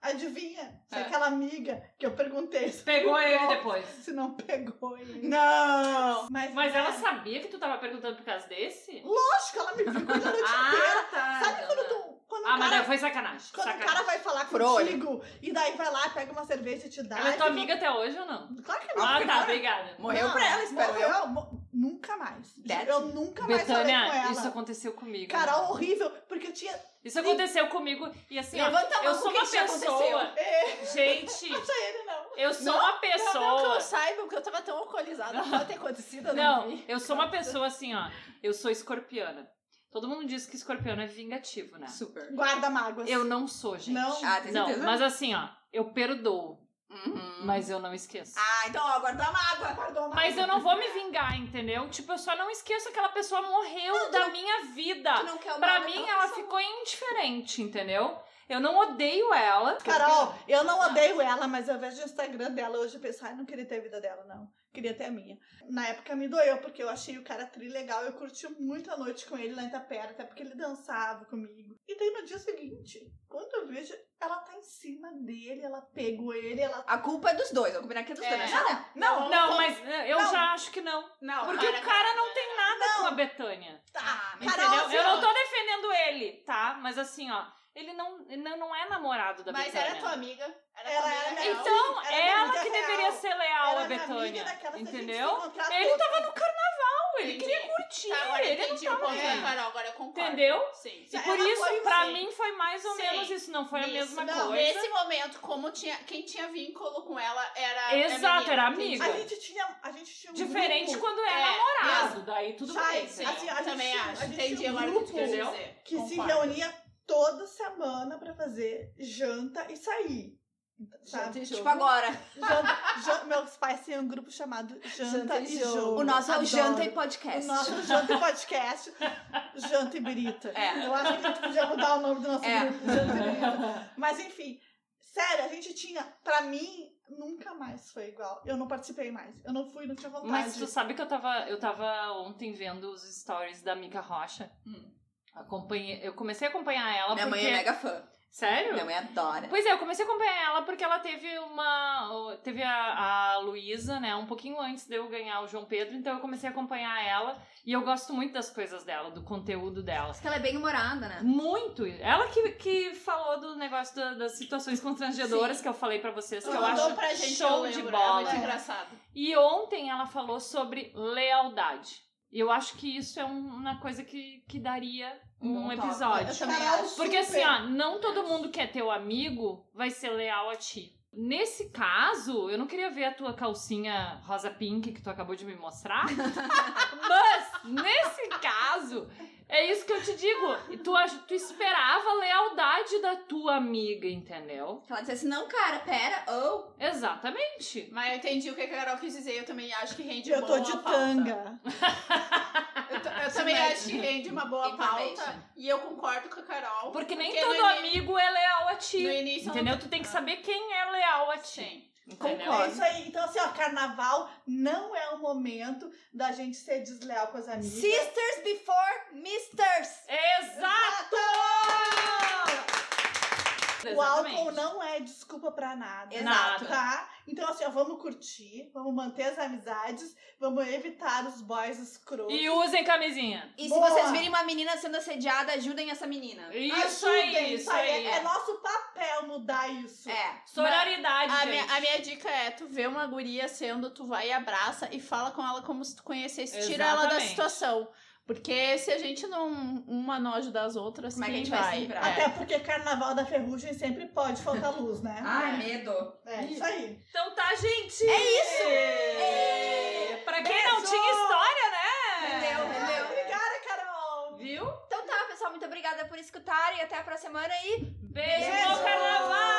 Speaker 3: Adivinha? Se
Speaker 2: É.
Speaker 3: aquela amiga que eu perguntei se
Speaker 2: Pegou ele
Speaker 3: Não.
Speaker 2: depois.
Speaker 3: se não pegou ele.
Speaker 1: Não!
Speaker 3: Mas, é
Speaker 2: Mas ela sabia que tu tava perguntando por causa desse?
Speaker 3: Lógico que ela me viu cuidando de inteira.
Speaker 2: Ah, tá.
Speaker 3: Sabe quando tu. Quando,
Speaker 2: Ah,
Speaker 3: o,
Speaker 2: mas
Speaker 3: cara,
Speaker 2: daí foi sacanagem.
Speaker 3: quando o
Speaker 2: sacanagem.
Speaker 3: cara vai falar
Speaker 1: Frolho.
Speaker 3: contigo e daí vai lá, pega uma cerveja e te dá.
Speaker 2: Ela é
Speaker 3: e
Speaker 2: tua
Speaker 3: tu-
Speaker 2: amiga até hoje ou não?
Speaker 3: Claro que não.
Speaker 2: Ah,
Speaker 3: porque
Speaker 2: tá,
Speaker 3: agora-
Speaker 2: obrigada.
Speaker 1: Morreu
Speaker 3: Não,
Speaker 1: pra ela, espero
Speaker 3: morreu,
Speaker 1: eu.
Speaker 3: mo- Nunca mais.
Speaker 1: That's-
Speaker 3: Eu nunca mais falei com
Speaker 2: Betânia,
Speaker 3: ela.
Speaker 2: isso é aconteceu comigo. né?
Speaker 3: Carol, horrível, porque eu tinha.
Speaker 2: Isso aconteceu comigo e assim, ó,
Speaker 1: Levanta a mão
Speaker 2: eu
Speaker 1: com
Speaker 2: sou
Speaker 1: quem
Speaker 2: uma
Speaker 1: isso aconteceu.
Speaker 2: pessoa. Gente,
Speaker 3: É. Não sei ele, não.
Speaker 2: eu sou
Speaker 4: Não,
Speaker 2: uma
Speaker 4: Não, que
Speaker 2: pessoa.
Speaker 4: eu saiba, porque eu tava tão alcoolizada, não ter acontecido, eu não,
Speaker 2: Não,
Speaker 4: vi.
Speaker 2: eu sou uma pessoa assim, ó. Eu sou escorpiana. Todo mundo diz que escorpiano é vingativo, né?
Speaker 1: Super.
Speaker 3: Guarda mágoas.
Speaker 2: Eu não sou, gente.
Speaker 3: Não.
Speaker 1: Ah, tem
Speaker 2: Não,
Speaker 1: certeza?
Speaker 2: mas assim, ó, eu perdoo,
Speaker 1: Uhum.
Speaker 2: mas eu não esqueço.
Speaker 1: Ah, então, ó, guarda uma água.
Speaker 3: Guardou a mágoa.
Speaker 2: Mas eu não vou me vingar, entendeu? Tipo, eu só não esqueço que aquela pessoa morreu da minha vida.
Speaker 4: Ah.
Speaker 1: Tu não quer o mal
Speaker 2: Pra
Speaker 1: daquela
Speaker 2: mim, ela
Speaker 1: pessoa.
Speaker 2: ficou indiferente, entendeu? Eu não odeio ela.
Speaker 3: Carol, eu não odeio ela, mas eu vejo o Instagram dela hoje e penso, ai, não queria ter a vida dela, não. Queria ter a minha. Na época me doeu, porque eu achei o cara tri legal. Eu curti muito a noite com ele lá em Itapera, até porque ele dançava comigo. E daí no dia seguinte, quando eu vejo, ela tá em cima dele, ela pegou ele, ela.
Speaker 1: A culpa é dos dois, vamos combinar que é dos
Speaker 2: É.
Speaker 1: dois. Não, não.
Speaker 2: Não, não, mas eh, eu
Speaker 3: Não.
Speaker 2: já acho que não.
Speaker 4: Não,
Speaker 2: Porque o cara não tem nada
Speaker 3: Não.
Speaker 2: com a Betânia.
Speaker 3: Tá,
Speaker 1: mas é
Speaker 3: Carol,
Speaker 2: entendeu? Eu
Speaker 3: assim,
Speaker 2: não
Speaker 3: ó,
Speaker 2: tô defendendo ele, tá? Mas assim, ó, ele não, ele não, não é namorado da
Speaker 4: Mas
Speaker 2: Betânia.
Speaker 4: era tua amiga. Era
Speaker 3: Ela
Speaker 4: tua
Speaker 3: era
Speaker 4: amiga
Speaker 3: minha
Speaker 4: real.
Speaker 2: Então,
Speaker 3: Era minha
Speaker 2: ela
Speaker 3: amiga
Speaker 2: que
Speaker 3: real.
Speaker 2: deveria ser leal
Speaker 3: ela
Speaker 2: à
Speaker 3: é minha
Speaker 2: Betânia.
Speaker 3: amiga daquela, se a gente se
Speaker 2: Entendeu?
Speaker 3: encontrar
Speaker 2: Ele
Speaker 3: todas-
Speaker 2: tava no carnaval, ele
Speaker 4: Entendi.
Speaker 2: queria curtir,
Speaker 4: Tá, agora eu
Speaker 2: ele não
Speaker 4: entendi o
Speaker 2: tava...
Speaker 4: ponto da
Speaker 3: É.
Speaker 4: Carol, agora eu concordo.
Speaker 2: Entendeu?
Speaker 4: Sim.
Speaker 2: E
Speaker 3: Ela
Speaker 2: por
Speaker 3: foi
Speaker 2: isso, pra
Speaker 4: assim.
Speaker 2: mim, foi mais ou
Speaker 4: Sim.
Speaker 2: menos isso. Não foi a
Speaker 4: Isso.
Speaker 2: mesma
Speaker 4: Não,
Speaker 2: coisa.
Speaker 4: Nesse momento, como tinha, quem tinha vínculo com ela era.
Speaker 2: Exato, era amiga.
Speaker 4: menina, entendi.
Speaker 3: A gente tinha. A gente tinha um
Speaker 2: Diferente
Speaker 3: grupo
Speaker 2: quando é,
Speaker 4: É,
Speaker 2: namorado. Daí tudo
Speaker 3: Sai,
Speaker 2: bem.
Speaker 4: Sim,
Speaker 2: entendeu?
Speaker 3: assim, a gente
Speaker 4: também
Speaker 3: tinha-
Speaker 4: acho.
Speaker 3: a gente
Speaker 4: Entendi
Speaker 3: tinha um
Speaker 4: agora o que tu quis
Speaker 2: grupo
Speaker 4: dizer.
Speaker 3: que se
Speaker 4: Concordo.
Speaker 3: reunia toda semana pra fazer janta e sair. Então, Sabe?
Speaker 1: Tipo agora.
Speaker 3: Tá Janta- jan- meus pais tinham um grupo chamado Janta,
Speaker 2: Tá
Speaker 4: Janta
Speaker 3: e
Speaker 4: e
Speaker 3: Jogo.
Speaker 1: O nosso é o
Speaker 3: Adoro.
Speaker 1: Janta e
Speaker 3: O
Speaker 1: Podcast.
Speaker 3: nosso Janta e Podcast. Janta e Brita.
Speaker 1: É.
Speaker 3: Eu acho que a gente podia mudar o nome do nosso
Speaker 1: É.
Speaker 3: grupo. Janta e
Speaker 2: É.
Speaker 3: Brita. Mas enfim, sério, a gente tinha, pra mim, nunca mais foi igual. Eu não participei mais. Eu não fui, não tinha vontade.
Speaker 2: Mas tu sabe que eu tava, eu tava ontem vendo os stories da Mica Rocha. Acompanhei, eu comecei a acompanhar ela
Speaker 1: Minha
Speaker 2: porque.
Speaker 1: mãe é mega fã.
Speaker 2: Sério?
Speaker 1: Minha mãe adora.
Speaker 2: Pois é, eu comecei a acompanhar ela porque ela teve uma. Teve a, a Luísa, né? Um pouquinho antes de eu ganhar o João Pedro, então eu comecei a acompanhar ela e eu gosto muito das coisas dela, do conteúdo dela.
Speaker 1: Porque ela é bem humorada, né?
Speaker 2: Muito! Ela que, que falou do negócio da- das situações constrangedoras que eu falei pra vocês, que eu
Speaker 4: Mandou
Speaker 2: acho
Speaker 4: pra gente,
Speaker 2: show
Speaker 4: eu lembro,
Speaker 2: de
Speaker 4: É
Speaker 2: bola.
Speaker 4: muito engraçado.
Speaker 2: E ontem ela falou sobre lealdade. E eu acho que isso é um- uma coisa que, que daria um,
Speaker 1: bom tópico.
Speaker 2: episódio.
Speaker 1: Eu também
Speaker 3: Caralho,
Speaker 1: acho.
Speaker 2: Porque
Speaker 3: super.
Speaker 2: assim, ó, não todo mundo que é teu amigo vai ser leal a ti. Nesse caso, eu não queria ver a tua calcinha rosa pink que tu acabou de me mostrar. mas, nesse caso, é isso que eu te digo. E Tu, ach- tu esperava a lealdade da tua amiga, entendeu?
Speaker 1: Ela disse assim, não, cara, pera, ou...
Speaker 2: Exatamente.
Speaker 4: Mas eu entendi o que a Carol quis dizer. Eu também acho que rende
Speaker 3: Eu tô
Speaker 4: boa
Speaker 3: de
Speaker 4: pauta.
Speaker 3: tanga.
Speaker 4: Eu, to- eu também acho que rende uma boa
Speaker 1: Information.
Speaker 4: pauta. E eu concordo com a Carol.
Speaker 2: Porque nem
Speaker 4: Porque
Speaker 2: todo
Speaker 4: no ini-
Speaker 2: amigo é leal a ti.
Speaker 4: No início eu não
Speaker 2: entendeu?
Speaker 4: tô-
Speaker 2: Tu tem que saber quem é leal a ti.
Speaker 4: Sim.
Speaker 2: Entendeu?
Speaker 3: É isso aí. Então, assim, ó, carnaval não é o momento da gente ser desleal com as amigas.
Speaker 1: Sisters before misters.
Speaker 2: Exato!
Speaker 3: O álcool
Speaker 2: Exatamente.
Speaker 3: não é desculpa pra nada.
Speaker 2: Exato.
Speaker 3: Tá? Então, assim, ó, vamos curtir, vamos manter as amizades, vamos evitar os boys escrotos.
Speaker 2: E usem camisinha.
Speaker 1: E
Speaker 3: Boa.
Speaker 1: se vocês virem uma menina sendo assediada, ajudem essa menina.
Speaker 2: Isso
Speaker 3: Ajudem,
Speaker 2: aí, isso aí.
Speaker 3: É, é nosso papel mudar isso.
Speaker 1: É.
Speaker 2: Sororidade,
Speaker 4: A
Speaker 2: gente.
Speaker 4: minha, a minha dica é, tu vê uma guria sendo, tu vai e abraça e fala com ela como se tu conhecesse. Tira ela da
Speaker 2: Exatamente.
Speaker 4: situação. Porque se a gente não... Uma não ajuda as outras,
Speaker 1: Como é que
Speaker 4: quem
Speaker 1: a gente vai se livrar?
Speaker 4: É.
Speaker 3: Até porque carnaval da ferrugem sempre pode faltar luz, né?
Speaker 1: Ai, medo.
Speaker 3: É isso aí.
Speaker 2: Então tá, gente. É isso. Pra quem não
Speaker 3: Beijo.
Speaker 2: tinha história, né?
Speaker 1: Entendeu, entendeu?
Speaker 3: Obrigada, Carol!
Speaker 2: Viu?
Speaker 1: Então tá, pessoal, muito obrigada por escutarem. Até a próxima semana e...
Speaker 2: Beijo,
Speaker 3: Beijo.
Speaker 2: bom carnaval.